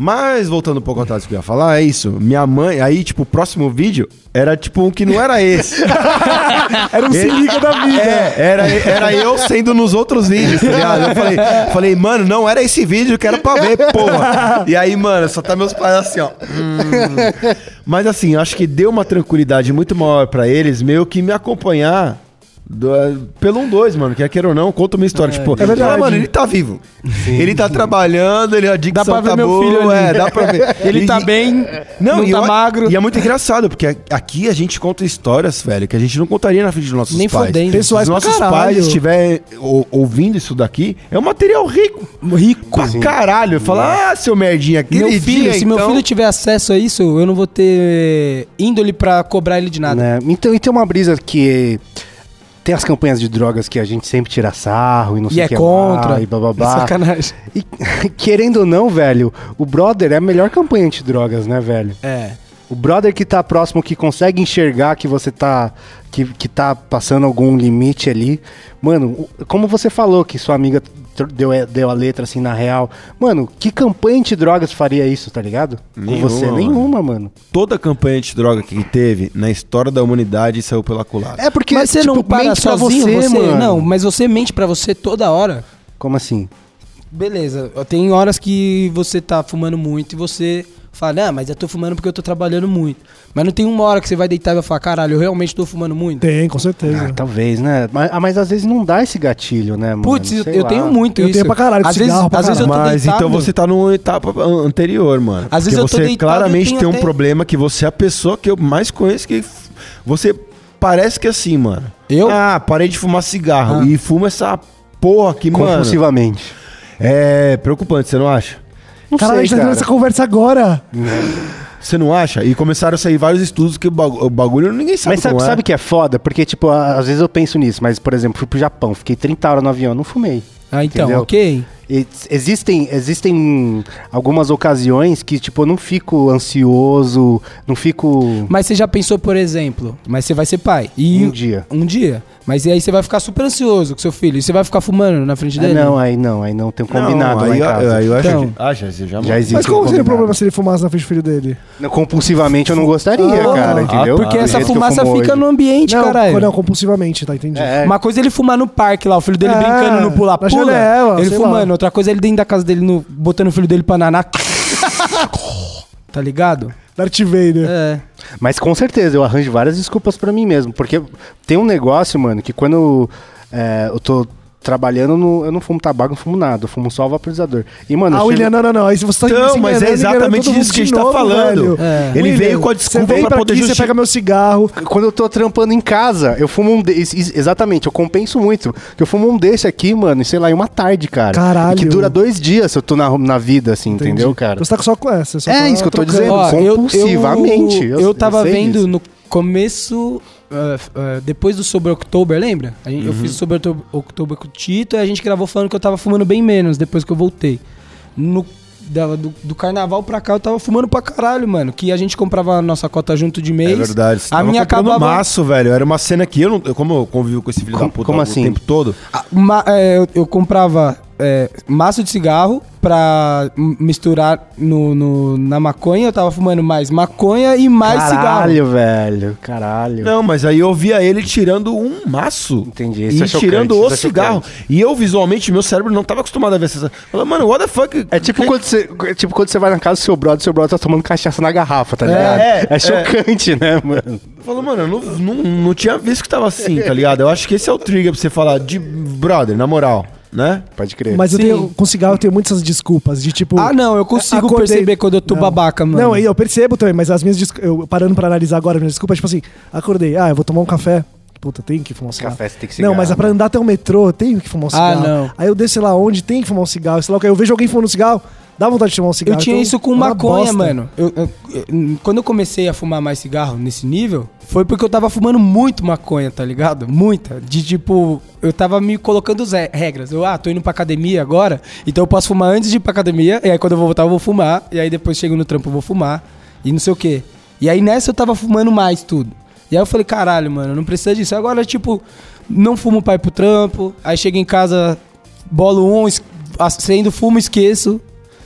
Mas, voltando um pouco atrás do que eu ia falar, é isso. Minha mãe, aí, tipo, o próximo vídeo era tipo um que não era esse. Era um se liga da vida. É, era, era eu sendo nos outros vídeos, tá ligado? Eu falei, falei, mano, não era esse vídeo que era pra ver, porra. E aí, mano, só tá meus pais assim, ó. Hum. Mas assim, acho que deu uma tranquilidade muito maior pra eles, meio que me acompanhar. do- pelo um dois, mano, quer queira ou não, conta uma É, história. tipo, verdade. ah, mano, ele tá vivo. Ele tá trabalhando, ele a dicção pra ver tá meu boa, filho ali. é, dá pra ver. Ele tá bem, não, e tá eu- magro. E é muito engraçado, porque a- aqui a gente conta histórias, velho, que a gente não contaria na frente dos nossos Nem pais. fodendo. Se os Pessoais pra nossos caralho. pais estiverem ou- ouvindo isso daqui, é um material rico. Rico. Pra caralho. Fala, ah, seu merdinha, Meu queridinha, filho, se meu então." filho tiver acesso a isso, eu não vou ter índole pra cobrar ele de nada. Né? Então, e tem uma brisa que tem as campanhas de drogas que a gente sempre tira sarro e não sei E o é que contra. lá, e bababá. Sacanagem. E querendo ou não, velho, o brother é a melhor campanha anti-drogas, né, velho? É. O brother que tá próximo, que consegue enxergar que você tá. Que, que tá passando algum limite ali. Mano, o- como você falou que sua amiga tr- deu, a- deu a letra assim na real. Mano, que campanha anti-drogas faria isso, tá ligado? Nenhuma, Com você? mano. Nenhuma, mano. Toda a campanha de droga que teve na história da humanidade saiu pela culatra. É porque mas você tipo, não para mente pra sozinho, você, mano. não, mas você mente pra você toda hora. Como assim? Beleza, tem horas que você tá fumando muito e você fala, não, mas eu tô fumando porque eu tô trabalhando muito. Mas não tem uma hora que você vai deitar e vai falar, caralho, eu realmente tô fumando muito. Tem, com certeza. Ah, talvez, né? Mas, ah, mas às vezes não dá esse gatilho, né, mano? Putz, eu, Sei eu lá. tenho muito Eu isso. tenho pra caralho, às vezes, cigarro pra às vezes eu tô Mas deitado. então você tá numa etapa an- anterior, mano. Às vezes Porque eu tô você deitado, claramente eu tenho tem um até- problema que você é a pessoa que eu mais conheço que f- você parece que é assim, mano. Eu? Ah. Ah, parei de fumar cigarro e fumo essa porra aqui, mano. Compulsivamente. É preocupante, você não acha? Não Caralho, a sei, gente tá cara. tendo essa conversa agora. Você não acha? E começaram a sair vários estudos que o bagu- o bagulho ninguém sabe Mas sabe, como é. sabe que é foda? Porque, tipo, a- às vezes eu penso nisso, mas, por exemplo, fui pro Japão, fiquei 30 horas no avião, não fumei. Ah, então, Entendeu? ok. E Existem, existem algumas ocasiões que, tipo, eu não fico ansioso, não fico. Mas você já pensou, por exemplo, mas você vai ser pai. E Um dia. Um dia. Mas e aí você vai ficar super ansioso com seu filho. E você vai ficar fumando na frente Ah, dele? não, aí não, aí não, tem um Não, combinado lá aí, em eu- casa. aí eu acho Então. que- Ah, já, já, já- Já existe. Mas um qual seria o combinado. problema se ele fumasse na frente do filho dele? Não, Compulsivamente eu não gostaria, Ah, cara, ah, entendeu? Porque Do essa jeito que eu fumaça fumo fica hoje. no ambiente, não, caralho. não, compulsivamente, tá? Entendi. É, Uma coisa é ele fumar no parque lá, o filho dele É, brincando no na pula-pula. janela, ele sei fumando. lá. Outra coisa é ele dentro da casa dele, no- botando o filho dele pra naná. tá ligado? Darth Vader. É. Mas com certeza, eu arranjo várias desculpas pra mim mesmo. Porque tem um negócio, mano, que quando é, eu tô trabalhando, no- eu não fumo tabaco, não fumo nada. Eu fumo só o vaporizador. E, mano, Ah, eu chego- William, não, não, não. Aí se você tá Então, se mas é enganando, enganando exatamente todo mundo isso que a de gente tá novo, falando. velho. É. Ele veio com a desculpa você vem pra poder aqui, Você justi- pega meu cigarro. Quando eu tô trampando em casa, eu fumo um desse. Exatamente, eu compenso muito. Que eu fumo um desse aqui, mano, e sei lá, em uma tarde, cara. E Caralho. que dura dois dias se eu tô na, na vida, assim, entendeu, cara? Então Você tá só com essa. só É tá isso que eu tô trocando. dizendo. Ó, eu- compulsivamente. Eu, Eu- eu, eu tava sei vendo disso. no começo, ah, f- ah, depois do Sober October, lembra? A gente- Eu fiz o Sober October- October com o Tito e a gente gravou falando que eu tava fumando bem menos depois que eu voltei. No, da- do, do carnaval pra cá eu tava fumando pra caralho, mano. Que a gente comprava a nossa cota junto de mês. É verdade. você A tava minha comprando acabava. maço, velho. Era uma cena que eu não. eu- Como eu convivo com esse filho Como- da puta como o assim? tempo todo. Ah, ma- é, eu, eu comprava é, maço de cigarro pra m- misturar no, no- na maconha. Eu tava fumando mais maconha e mais tá cigarro. Caralho, velho. Caralho. Não, mas aí eu via ele tirando um maço. Entendi, isso E é chocante, tirando isso o é chocante. cigarro. E eu, visualmente, meu cérebro não tava acostumado a ver essa. Falei, mano, what the fuck? É tipo, quando você, é tipo quando você vai na casa do seu brother, seu brother tá tomando cachaça na garrafa, tá ligado? é, é chocante, né, mano? Falou, mano, eu não, não, não tinha visto que tava assim, tá ligado? Eu acho que esse é o trigger pra você falar de brother, na moral, né? Pode crer. Mas eu Sim. tenho, com cigarro eu tenho muitas desculpas de tipo. Ah, não, eu consigo acordei- perceber quando eu tô Não. babaca, mano. Não, aí eu percebo também, mas as minhas desculpas. Eu parando pra analisar agora, as minhas desculpas, tipo assim, acordei, ah, eu vou tomar um café. Puta, tem que fumar um cigarro. Café, você tem que Não, cigarro. mas é pra andar até o metrô, tem que fumar um cigarro. Ah, não. Aí eu desço sei lá onde, tem que fumar um cigarro. Sei lá o que. Eu vejo alguém fumando um cigarro, dá vontade de fumar um Eu cigarro. tinha Então, isso com é uma maconha, bosta. mano. Eu- eu- eu- quando eu comecei a fumar mais cigarro nesse nível, foi porque eu tava fumando muito maconha, tá ligado? Muita. De tipo, eu tava me colocando as re- regras. Eu, ah, tô indo pra academia agora, então eu posso fumar antes de ir pra academia, e aí quando eu vou voltar eu vou fumar, e aí depois chego no trampo eu vou fumar, e não sei o quê. E aí nessa eu tava fumando mais tudo. E aí eu falei, caralho, mano, não precisa disso. Agora, tipo, não fumo pra ir pro trampo, aí chego em casa, bolo um, es- acendo, fumo, esqueço.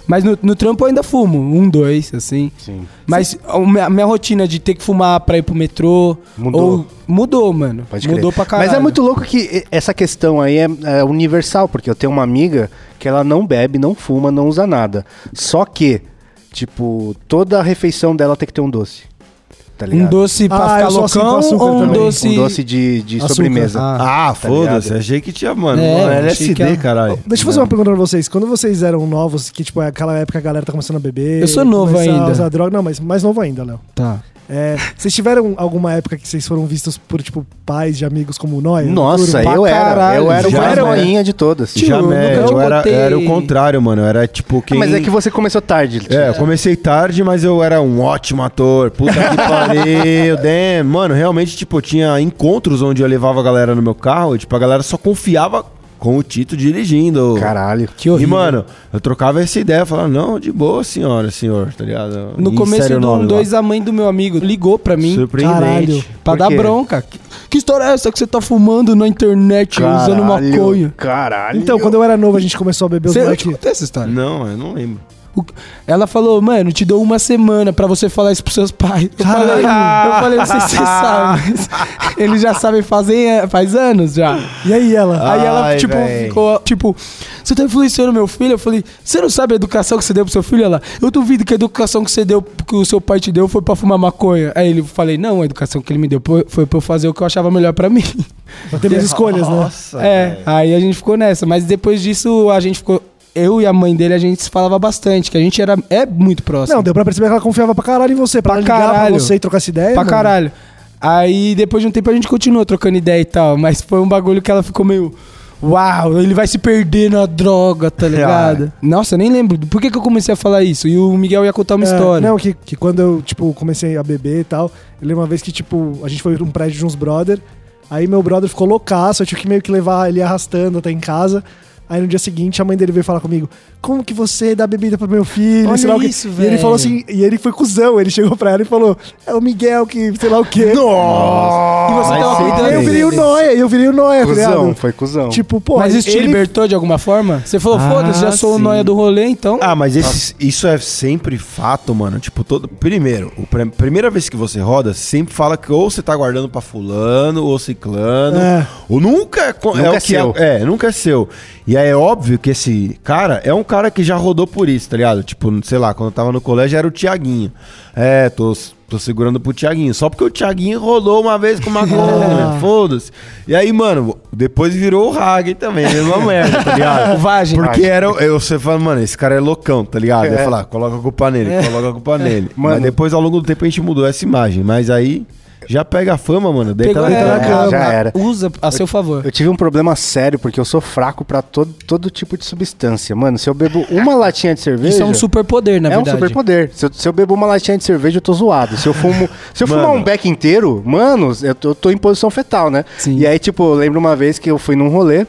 Mas no, no trampo eu ainda fumo, um, dois, assim. Sim. Mas a minha, minha rotina de ter que fumar pra ir pro metrô. Mudou. ou- mudou, mano. Pode crer. mudou pra caralho. Mas é muito louco que e- essa questão aí é, é universal, porque eu tenho uma amiga que ela não bebe, não fuma, não usa nada. Só que, tipo, toda a refeição dela tem que ter um doce. Tá ligado? Um doce pra Ah, ficar eu sou assim com loucão açúcar ou um também. doce. Um doce de, de Açúcar. sobremesa. Ah. Ah, foda-se. ligado? Achei que tinha, mano. É, mano, achei LSD, que era- caralho. Deixa eu fazer uma pergunta pra vocês. Quando vocês eram novos, que tipo, é aquela época que a galera tá começando a beber. Eu sou novo começar A ainda. usar droga. Não, mas mais novo ainda, Léo. Tá. É, vocês tiveram alguma época que vocês foram vistos por, tipo, pais de amigos como nós? Nossa, pra né? eu era. Eu era o Já mais era. noinha de todas. Tio, Já eu merda, nunca te eu era, botei- era o contrário, mano. Eu Era tipo quem. Mas é que você começou tarde. tio. É, eu comecei tarde, mas eu era um ótimo ator. Puta que pariu, damn. Mano, realmente, tipo, eu tinha encontros onde eu levava a galera no meu carro e, tipo, a galera só confiava com o Tito dirigindo. Caralho. Que horrível. E, mano, eu trocava essa ideia, falava, não, de boa, senhora, senhor, tá ligado? no E começo insere o do nome um lá. dois, a mãe do meu amigo ligou pra mim Surpreendente. Caralho. pra Por dar quê? bronca. Que, que história é essa que você tá fumando na internet usando maconha? Caralho. Então, quando eu era novo, a gente começou a beber os Você, eu te moleques. contei essa história. Não, eu não lembro. O- Ela falou, mano, te dou uma semana pra você falar isso pros seus pais. Eu falei, eu falei, não sei se você sabe. mas Eles já sabem fazem, eh, faz anos já. E aí, ela? Aí ela, Ai, tipo, véi. ficou, tipo, você tá influenciando meu filho? Eu falei, você não sabe a educação que você deu pro seu filho? Ela, eu duvido que a educação que você deu, que o seu pai te deu, foi pra fumar maconha. Aí ele falei, não, a educação que ele me deu foi pra eu fazer o que eu achava melhor pra mim. Nós temos escolhas, né? Nossa. É, aí a gente ficou nessa. Mas depois disso, a gente ficou. Eu e a mãe dele, a gente se falava bastante, que a gente era, é muito próximo. Não, deu pra perceber que ela confiava pra caralho em você. Pra, Pra ligar caralho. pra você e trocar essa ideia. Pra É, mano. caralho. Aí depois de um tempo a gente continuou trocando ideia e tal, mas foi um bagulho que ela ficou meio. Uau, ele vai se perder na droga, tá ligado? Nossa, eu nem lembro. Por que, que eu comecei a falar isso? E o Miguel ia contar uma É, história. Não, que, que quando eu, tipo, comecei a beber e tal, eu lembro uma vez que, tipo, a gente foi num prédio de uns brother, aí meu brother ficou loucaço, eu tive que meio que levar ele arrastando até em casa. Aí no dia seguinte a mãe dele veio falar comigo: Como que você dá bebida pro meu filho? Olha sei lá o quê. isso, E ele velho. falou assim, e ele foi cuzão, ele chegou pra ela e falou: É o Miguel que, sei lá o quê. e você tava cuidando. tá Aí eu virei o dele. Noia, eu virei o Noia, tá Cusão, ligado? foi cuzão. Tipo, pô, Mas isso te ele- libertou de alguma forma? Você falou, Ah, foda-se, já sou o sim. noia do rolê, então. Ah, mas esse- isso é sempre fato, mano. Tipo, todo. Primeiro, o pre- primeira vez que você roda, sempre fala que ou você tá guardando pra fulano, ou ciclano. É. Ou nunca é, co- Nunca o é que seu. É, nunca é seu. E aí é óbvio que esse cara é um cara que já rodou por isso, tá ligado? Tipo, sei lá, quando eu tava no colégio era o Tiaguinho. É, tô. Tô segurando pro Thiaguinho. Só porque o Thiaguinho rolou uma vez com o Macron, foda-se. E aí, mano, depois virou o Hagen também, mesma merda, tá ligado? O Vagem. Porque era. Eu, você fala, mano, esse cara é loucão, tá ligado? Eu ia falar, coloca a culpa nele, coloca a culpa nele. Mano. Mas depois, ao longo do tempo, a gente mudou essa imagem. Mas aí já pega a fama, mano. Deita Pegou na ela cama. na é, cama. já era. Usa a seu favor. Eu tive um problema sério, porque eu sou fraco pra todo, todo tipo de substância. Mano, se eu bebo uma latinha de cerveja. Isso é um superpoder, na é um verdade. superpoder. Se, eu- se eu bebo uma latinha de cerveja, eu tô zoado. Se eu fumo, se eu fumar um beck inteiro, mano, eu tô, eu tô em posição fetal, né? Sim. E aí, tipo, eu lembro uma vez que eu fui num rolê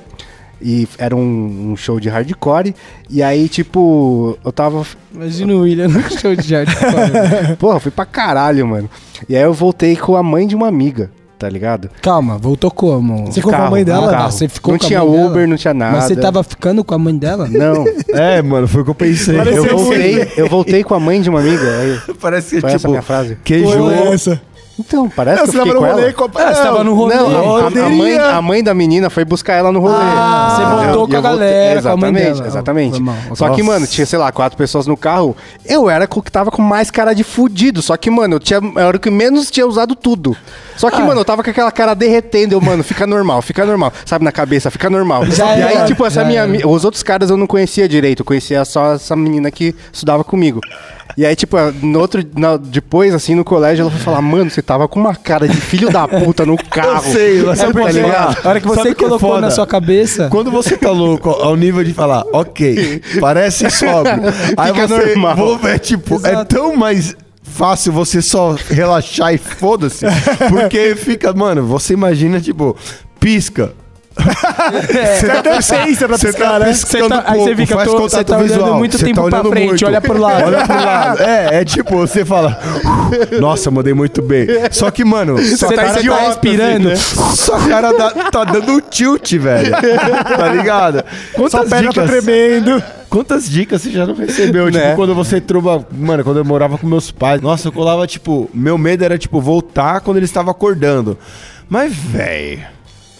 e era um, um show de hardcore. E aí, tipo, eu tava Imagina o William no show de né? jardim. Porra, fui pra caralho, mano. E aí eu voltei com a mãe de uma amiga, tá ligado? Calma, voltou como? Você ficou com a mãe no dela? carro. Ah, você ficou não com a tinha mãe Uber, dela? não tinha nada. Mas você tava ficando com a mãe dela? Não, É, mano, foi o que eu pensei. eu voltei, eu voltei com a mãe de uma amiga. Aí, Parece que, foi essa a tipo, minha frase? queijou. essa. Então, parece Não, que você eu tava fiquei no com rolê ela. É, com a... É, Tá Ah, você tava no rolê. Não, a- a, Poderia. mãe, a mãe da menina foi buscar ela no rolê. Ah, você Entendeu? voltou E com a eu voltei- galera, com a mãe Exatamente, dela. exatamente. Foi mal. Só que, mano, tinha, sei lá, quatro pessoas no carro. Eu era o que tava com mais cara de fudido. Só que, mano, eu, tinha, eu era o que menos tinha usado tudo. Só Ah. que, mano, eu tava com aquela cara derretendo. Eu, mano, fica normal, fica normal. Sabe, na cabeça, fica normal. Já e era, aí, tipo, essa já minha, era. ami- os outros caras eu não conhecia direito. Eu conhecia só essa menina que estudava comigo. E aí, tipo, no outro, na- depois, assim, no colégio, ela foi falar, mano, você tava com uma cara de filho da puta no carro. sei, mas Tá sabe por quê? ligado? A hora que Sabe você o que é colocou foda? na sua cabeça. Quando você tá louco ao nível de falar, ok, parece sóbrio. aí Fica você normal. Vou, é tipo, é Exato. tão mais fácil você só relaxar e foda-se. Porque fica, mano, você imagina, tipo, pisca. É. Você tá seis, pra piscar, né? Você tá- aí você fica, tô- você tá olhando muito tempo pra frente, olha pro lado. Olha pro lado. É, é tipo, você fala, nossa, mandei muito bem. Só que, mano, só Você tá tá, você tá idiota, respirando. sua cara dá- tá dando um tilt, velho. Tá ligado? Quantas dicas, tremendo. quantas dicas você já não recebeu? Tipo, quando você tromba. Mano, quando eu morava com meus pais, nossa, eu colava, tipo, meu medo era, tipo, voltar quando eles estavam acordando. Mas, velho.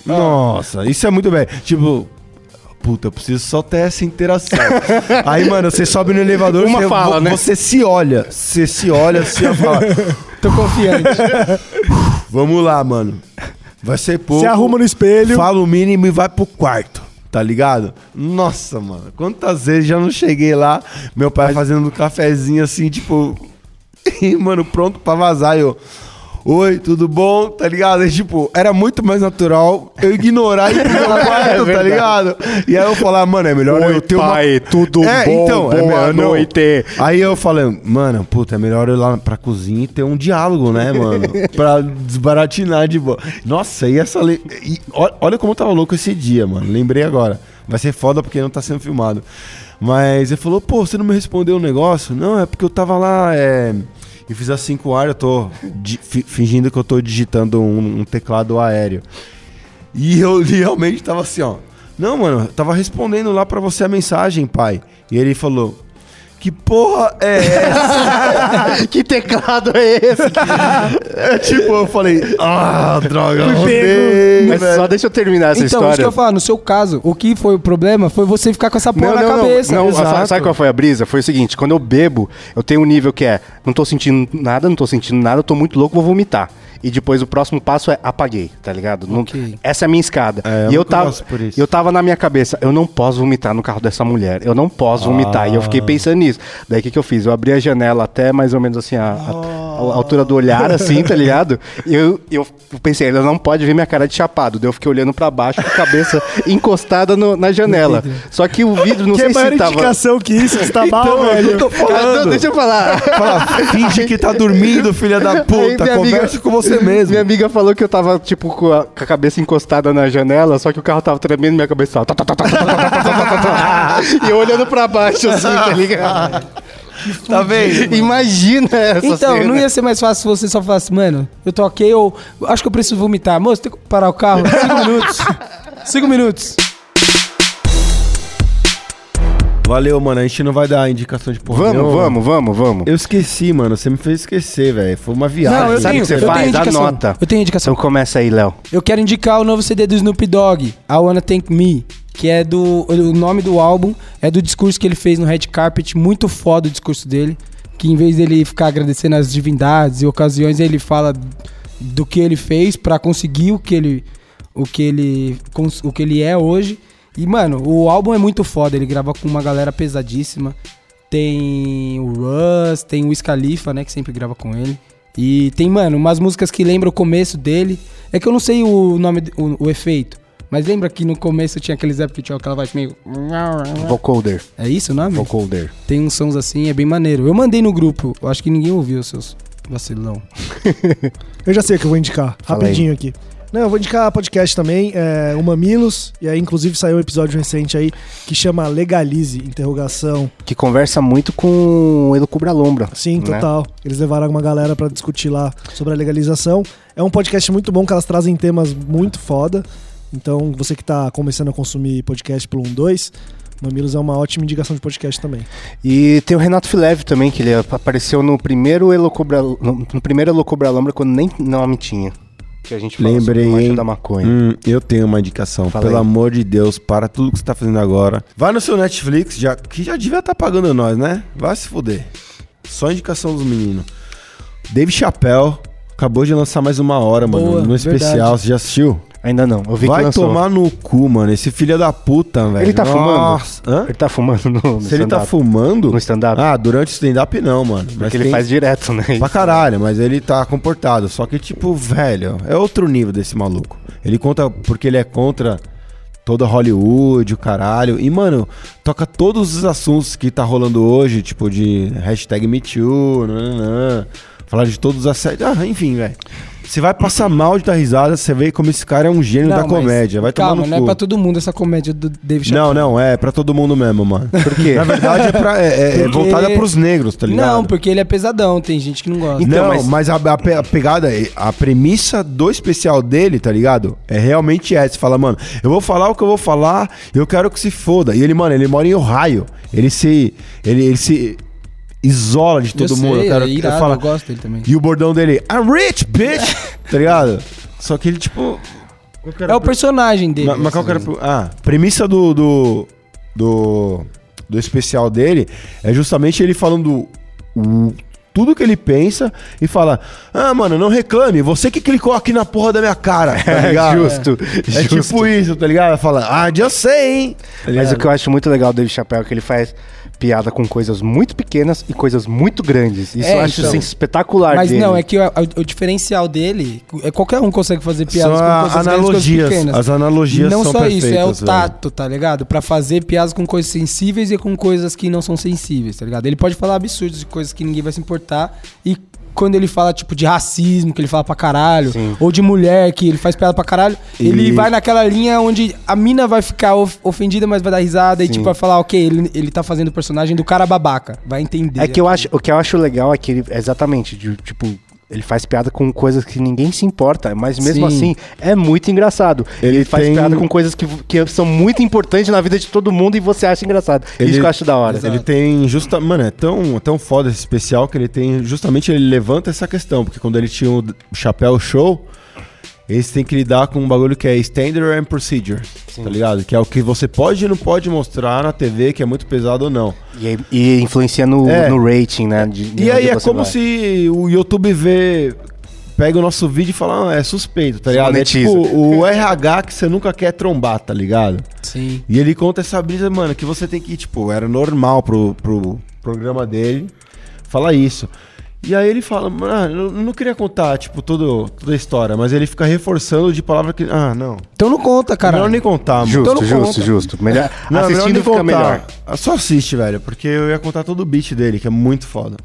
Nossa, isso é muito bem. Tipo. Puta, eu preciso só ter essa interação. Aí, mano, você sobe no elevador, Uma você, fala, vo- né? você se olha. Você se olha, você fala. Tô confiante. Vamos lá, mano. Vai ser pouco. Você arruma no espelho. Fala o mínimo e vai pro quarto, tá ligado? Nossa, mano, quantas vezes já não cheguei lá, meu pai fazendo um cafezinho assim, tipo. E, mano, pronto pra vazar. e Eu. Oi, tudo bom? Tá ligado? E, tipo, era muito mais natural eu ignorar e ir pro meu quarto, tá verdade. ligado? E aí eu falar, mano, é melhor Oi, eu ter uma. É, então, pai, tudo bom? Boa melhor- não. noite. Aí eu falei, mano, puta, é melhor eu ir lá pra cozinha e ter um diálogo, né, mano? pra desbaratinar de boa. Nossa, e essa. Le... e ol- olha como eu tava louco esse dia, mano. Lembrei agora. Vai ser foda porque não tá sendo filmado. Mas ele falou, pô, você não me respondeu o negócio? Não, é porque eu tava lá, é. E fiz a 5A, eu tô di- fi- fingindo que eu tô digitando um- um teclado aéreo. E eu realmente tava assim, ó. Não, mano, eu tava respondendo lá pra você a mensagem, pai. E ele falou: Que porra é essa? que teclado é esse? é tipo, eu falei: Ah, droga, Fui rodei, Mas velho." só deixa eu terminar essa Então, isso que história. eu falo, no seu caso, o que foi o problema foi você ficar com essa porra Não, na não, não, cabeça. não. Exato. Sabe, sabe qual foi a brisa? Foi o seguinte, quando eu bebo, eu tenho um nível que é, não tô sentindo nada, não tô sentindo nada, eu tô muito louco, vou vomitar. E depois o próximo passo é apaguei, tá ligado? Não- Ok. essa é a minha escada. É, eu e eu nunca tava, gosto por isso. eu tava na minha cabeça, eu não posso vomitar no carro dessa mulher. Eu não posso vomitar. E eu Ah. fiquei pensando nisso. Daí o que, que eu fiz? Eu abri a janela até mais ou menos assim, a, a- Oh. a altura do olhar, assim, tá ligado? E eu, eu pensei, ela não pode ver minha cara de chapado. Daí eu fiquei olhando pra baixo com a cabeça encostada no- na janela. Só que o vidro, não que é sei maior se tava. indicação que isso, que você tá mal, Então, eu velho. não tô Cara, não, falando. deixa eu falar. Fala, finge que tá dormindo, filha da Aí puta. minha amiga- Converse com você mesmo. Minha amiga falou que eu tava, tipo, com a, com a cabeça encostada na janela, só que o carro tava tremendo e minha cabeça tava. tá, tá, tá, tá, tá, tá, tá, tá, tá, tá, tá. e eu olhando pra baixo, assim, tá ligado? Tá vendo? Imagina essa Então, cena. não ia ser mais fácil se você só falasse, mano, eu tô ok, eu acho que eu preciso vomitar. Moço, tem que parar o carro. Cinco minutos. Cinco minutos. Valeu, mano. A gente não vai dar indicação de porra. Vamos, nenhuma. vamos, vamos, vamos. Eu esqueci, mano. Você me fez esquecer, velho. Foi uma viagem. Não, sabe eu o tenho, que você eu tenho faz? indicação. Anota. Eu tenho indicação. Então começa aí, Léo. Eu quero indicar o novo CD do Snoop Dogg, I Wanna Thank Me, que é do. O nome do álbum é do discurso que ele fez no Red Carpet, muito foda o discurso dele. que em vez dele ficar agradecendo as divindades e ocasiões, ele fala do que ele fez pra conseguir o que ele o que ele cons- o que ele é hoje. E mano, o álbum é muito foda, ele grava com uma galera pesadíssima. Tem o Russ, tem o Scalifa, né, que sempre grava com ele. E tem, mano, umas músicas que lembram o começo dele. É que eu não sei o nome, d- o, o efeito. Mas lembra que no começo tinha aqueles Zap que tinha aquela voz meio. Vocoder. É isso o nome? Vocoder. Tem uns sons assim, é bem maneiro. Eu mandei no grupo, eu acho que ninguém ouviu, seus vacilão. Eu já sei o que eu vou indicar, Fala rapidinho aqui. Não, eu vou indicar podcast também, é, o Mamilos, e aí inclusive saiu um episódio recente aí que chama Legalize, interrogação. Que conversa muito com o Elucubra Lombra. Sim, né? total. Eles levaram uma galera pra discutir lá sobre a legalização. É um podcast muito bom que elas trazem temas muito foda. Então, você que tá começando a consumir podcast pelo 12, Mamilos é uma ótima indicação de podcast também. E tem o Renato Fileve também, que ele apareceu no primeiro Elocobra, no, no primeiro Elocobra Lombra, quando nem nome tinha. Que a gente fala Lembrei, sobre o macho hein? da maconha. Hum, eu tenho uma indicação. É. Fala Pelo aí. amor de Deus, para tudo que você tá fazendo agora. Vai no seu Netflix, já, que já devia estar pagando nós, né? Vai se fuder. Só indicação dos meninos. Dave Chappelle acabou de lançar mais uma hora, mano. Boa, no especial, verdade. você já assistiu? Ainda não, eu vi Vai que lançou. tomar no cu, mano. Esse filho da puta, velho. tá fumando? Hã? Ele tá fumando no, no Se ele tá stand-up. fumando. No stand-up? Ah, durante o stand-up não, mano. Mas Porque ele tem- faz direto, né? Pra caralho, mas ele tá comportado. Só que, tipo, velho, é outro nível desse maluco. Ele conta porque ele é contra toda Hollywood, o caralho. E, mano, toca todos os assuntos que tá rolando hoje, tipo, de hashtag MeToo, nananã. Falar de todos os assédios. Ah, enfim, velho. Você vai passar mal de dar risada, você vê como esse cara é um gênio da mas comédia. Vai calma, tomar no não cu. é pra todo mundo essa comédia do David Não, Chappelle. não, é pra todo mundo mesmo, mano. Por quê? Na verdade, é, pra, é, é- é Porque- voltada pros negros, tá ligado? Não, porque ele é pesadão, tem gente que não gosta. Então, não, mas- mas, a, a pe- a pegada, a premissa do especial dele, tá ligado? É realmente essa. Você fala, mano, eu vou falar o que eu vou falar, eu quero que se foda. E ele, mano, ele mora em Ohio. Ele se. Ele, ele se isola de todo Eu mundo. sei, eu quero é que irado, eu falo- eu gosto dele também. E o bordão dele, I'm rich, bitch! tá ligado? Só que ele, tipo. qual que era É a o personagem dele. mas, mas qual que né? era. pro- Ah, premissa do. do. do, do especial dele é justamente ele falando o- tudo que ele pensa e fala: Ah, mano, não reclame, você que clicou aqui na porra da minha cara, tá ligado? justo, É justo. tipo isso, tá ligado? Fala, ah, já sei, hein? Tá Mas ligado? o que eu acho muito legal do David Chappelle é que ele faz piada com coisas muito pequenas e coisas muito grandes. Isso É, eu acho então. assim, espetacular Mas dele. não, é que o, o- o diferencial dele, é qualquer um consegue fazer piadas São com coisas grandes, coisas analogias, pequenas. as analogias não são só isso, é o perfeitas, velho. tato, tá ligado? Pra fazer piadas com coisas sensíveis e com coisas que não são sensíveis, tá ligado? Ele pode falar absurdos de coisas que ninguém vai se importar e quando ele fala, tipo, de racismo, que ele fala pra caralho, ou de mulher, que ele faz piada pra caralho, ele vai naquela linha onde a mina vai ficar of- ofendida, mas vai dar risada e, tipo, vai falar, ok, ele, ele tá fazendo o personagem do cara babaca, vai entender. É que eu acho, o que eu acho legal é que ele, exatamente, de, tipo, ele faz piada com coisas que ninguém se importa, mas mesmo Sim. assim é muito engraçado. Ele, Ele faz tem- piada com coisas que, que são muito importantes na vida de todo mundo e você acha engraçado. Isso que eu acho da hora. Ele tem justa, mano, é tão, tão foda esse especial que ele tem justamente ele levanta essa questão, porque quando ele tinha o chapéu show, eles têm que lidar com um bagulho que é standard and procedure, tá ligado? Que é o que você pode e não pode mostrar na TV, que é muito pesado ou não. E, e influencia no, É. no rating, né? de- de E aí onde é você como vai. se o YouTube vê. Pega o nosso vídeo e fala, ah, é suspeito, tá ligado? É Monetiza. tipo o RH que você nunca quer trombar, tá ligado? Sim. E ele conta essa brisa, mano, que você tem que, tipo, era normal pro, pro programa dele falar isso. E aí ele fala, mano, ah, eu não queria contar, tipo, todo, toda a história, mas ele fica reforçando de palavra que. Ah, não. Então não conta, cara. Melhor nem contar, mano. Justo, Então não justo, conta. justo. Melhor, Não, é assistindo melhor nem fica melhor. Ah, Só assiste, velho, porque eu ia contar todo o beat dele, que é muito foda.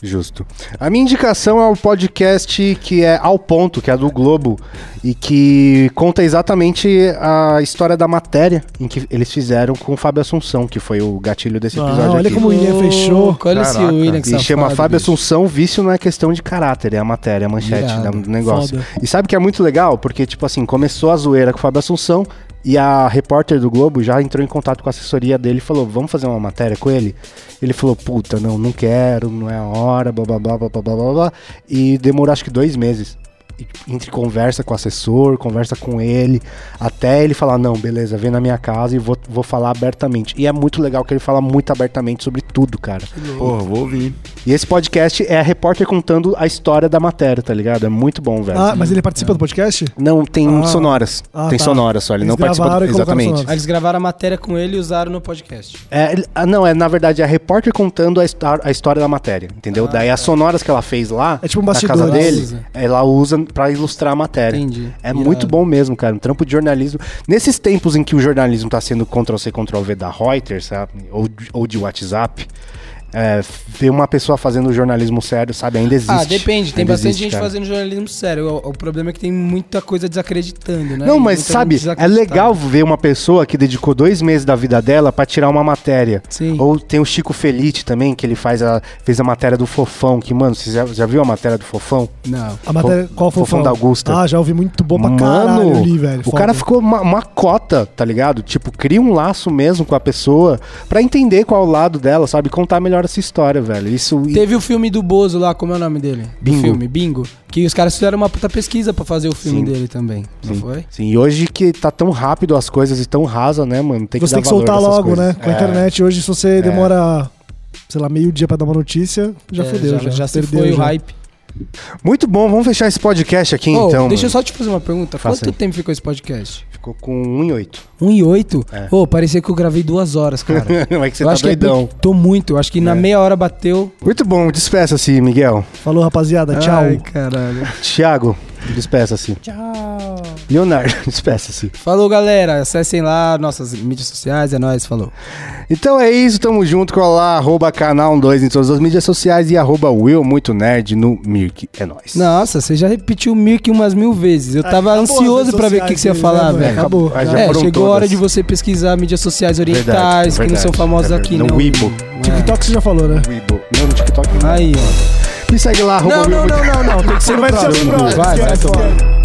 Justo. A minha indicação é o podcast que é Ao Ponto, que é do Globo, e que conta exatamente a história da matéria em que eles fizeram com o Fábio Assunção, que foi o gatilho desse Ah, episódio olha aqui. como o William fechou. Olha esse Caraca. William que E chama safado, Fábio bicho. Assunção, vício não é questão de caráter, é a matéria, a manchete Irado, da- do negócio. foda. E sabe que é muito legal? Porque, tipo assim, começou a zoeira com o Fábio Assunção e a repórter do Globo já entrou em contato com a assessoria dele e falou: vamos fazer uma matéria com ele? Ele falou: puta, não, não quero, não é a hora, blá blá blá blá blá blá blá. blá. E demorou acho que dois meses. E- Entre conversa com o assessor, conversa com ele, até ele falar: não, beleza, vem na minha casa e vou, vou falar abertamente. E é muito legal que ele fala muito abertamente sobre tudo, cara. Porra, vou ouvir. E esse podcast é a repórter contando a história da matéria, tá ligado? É muito bom, velho. Ah, mas ele participa do podcast? Não, tem sonoras. Ah, tem tá. sonoras só, ele Eles não participa. gravaram Do... e colocaram Exatamente. sonoras. Aí eles gravaram a matéria com ele e usaram no podcast. É, ele- ah, não, é na verdade é a repórter contando a, histó- a história da matéria, entendeu? Daí as sonoras que ela fez lá Ah, tá. É tipo um na bastidor, casa ela dele, usa. ela usa pra ilustrar a matéria. Entendi. É Irado. muito bom mesmo, cara. Um trampo de jornalismo. Nesses tempos em que o jornalismo tá sendo Ctrl-C, Ctrl-V da Reuters, sabe? Ou, de- ou de WhatsApp. É, ver uma pessoa fazendo jornalismo sério, sabe? Ainda existe. Ah, depende. Tem Ainda bastante existe, gente cara. fazendo jornalismo sério. O, o problema é que tem muita coisa desacreditando, né? Não, E mas muita sabe, gente é legal ver uma pessoa que dedicou dois meses da vida dela pra tirar uma matéria. Sim. Ou tem o Chico Felite também, que ele faz a, fez a matéria do Fofão, que, mano, você já, já viu a matéria do Fofão? Não. A matéria, qual foi o Fofão da Augusta. Ah, já ouvi muito boa pra caralho ali, velho. o Foda. cara ficou uma, uma cota, tá ligado? Tipo, cria um laço mesmo com a pessoa pra entender qual é o lado dela, sabe? Contar melhor essa história, velho. Isso Teve o filme do Bozo lá, como é o nome dele? Bingo. O filme, Bingo. Que os caras fizeram uma puta pesquisa pra fazer o filme Sim. dele também. Não foi? Sim, e hoje que tá tão rápido as coisas e tão rasa, né, mano? Tem que Você dar tem que valor soltar nessas logo, coisas. É. né? Com a internet hoje, se você demora, sei lá, meio dia pra dar uma notícia, já É, fodeu. Já, Já, já se perdeu, foi o já. hype. Muito bom, vamos fechar esse podcast aqui Ô, então. deixa eu mano. só te fazer uma pergunta. Faça Quanto aí. tempo ficou esse podcast? Ficou com 1,8. 1 e 8? É. Ô, parecia que eu gravei duas horas, cara. Não é que você eu tá acho que doidão. é porque- tô muito. eu Acho que na meia hora bateu. Muito bom, despeça-se, Miguel. Falou, rapaziada. Tchau. Ai, caralho. Thiago, despeça-se. Tchau. Leonardo, despeça-se. Falou, galera. Acessem lá nossas mídias sociais. É nóis. Falou. Então é isso, tamo junto com lá, arroba canal 2 em todas as mídias sociais e arroba Will Muito Nerd no Mirk. É nóis. Nossa, você já repetiu mil que umas mil vezes. Eu acabou tava as ansioso redes pra ver o que, sociais que você ia dele, falar, né, velho. Acabou. Mas já É, foram chegou a hora todas. de você pesquisar mídias sociais orientais, Verdade, que não são verdade, famosas é aqui, verdade. não. No Weibo. TikTok você já falou, né? Weibo. Não, no TikTok. É. Aí, ó. Me segue lá, arroba Não, Will não, Muito não, não, não. Tem que ser no Vai ser no próximo. próximo, Vai, vai esquece, tomar. esquece.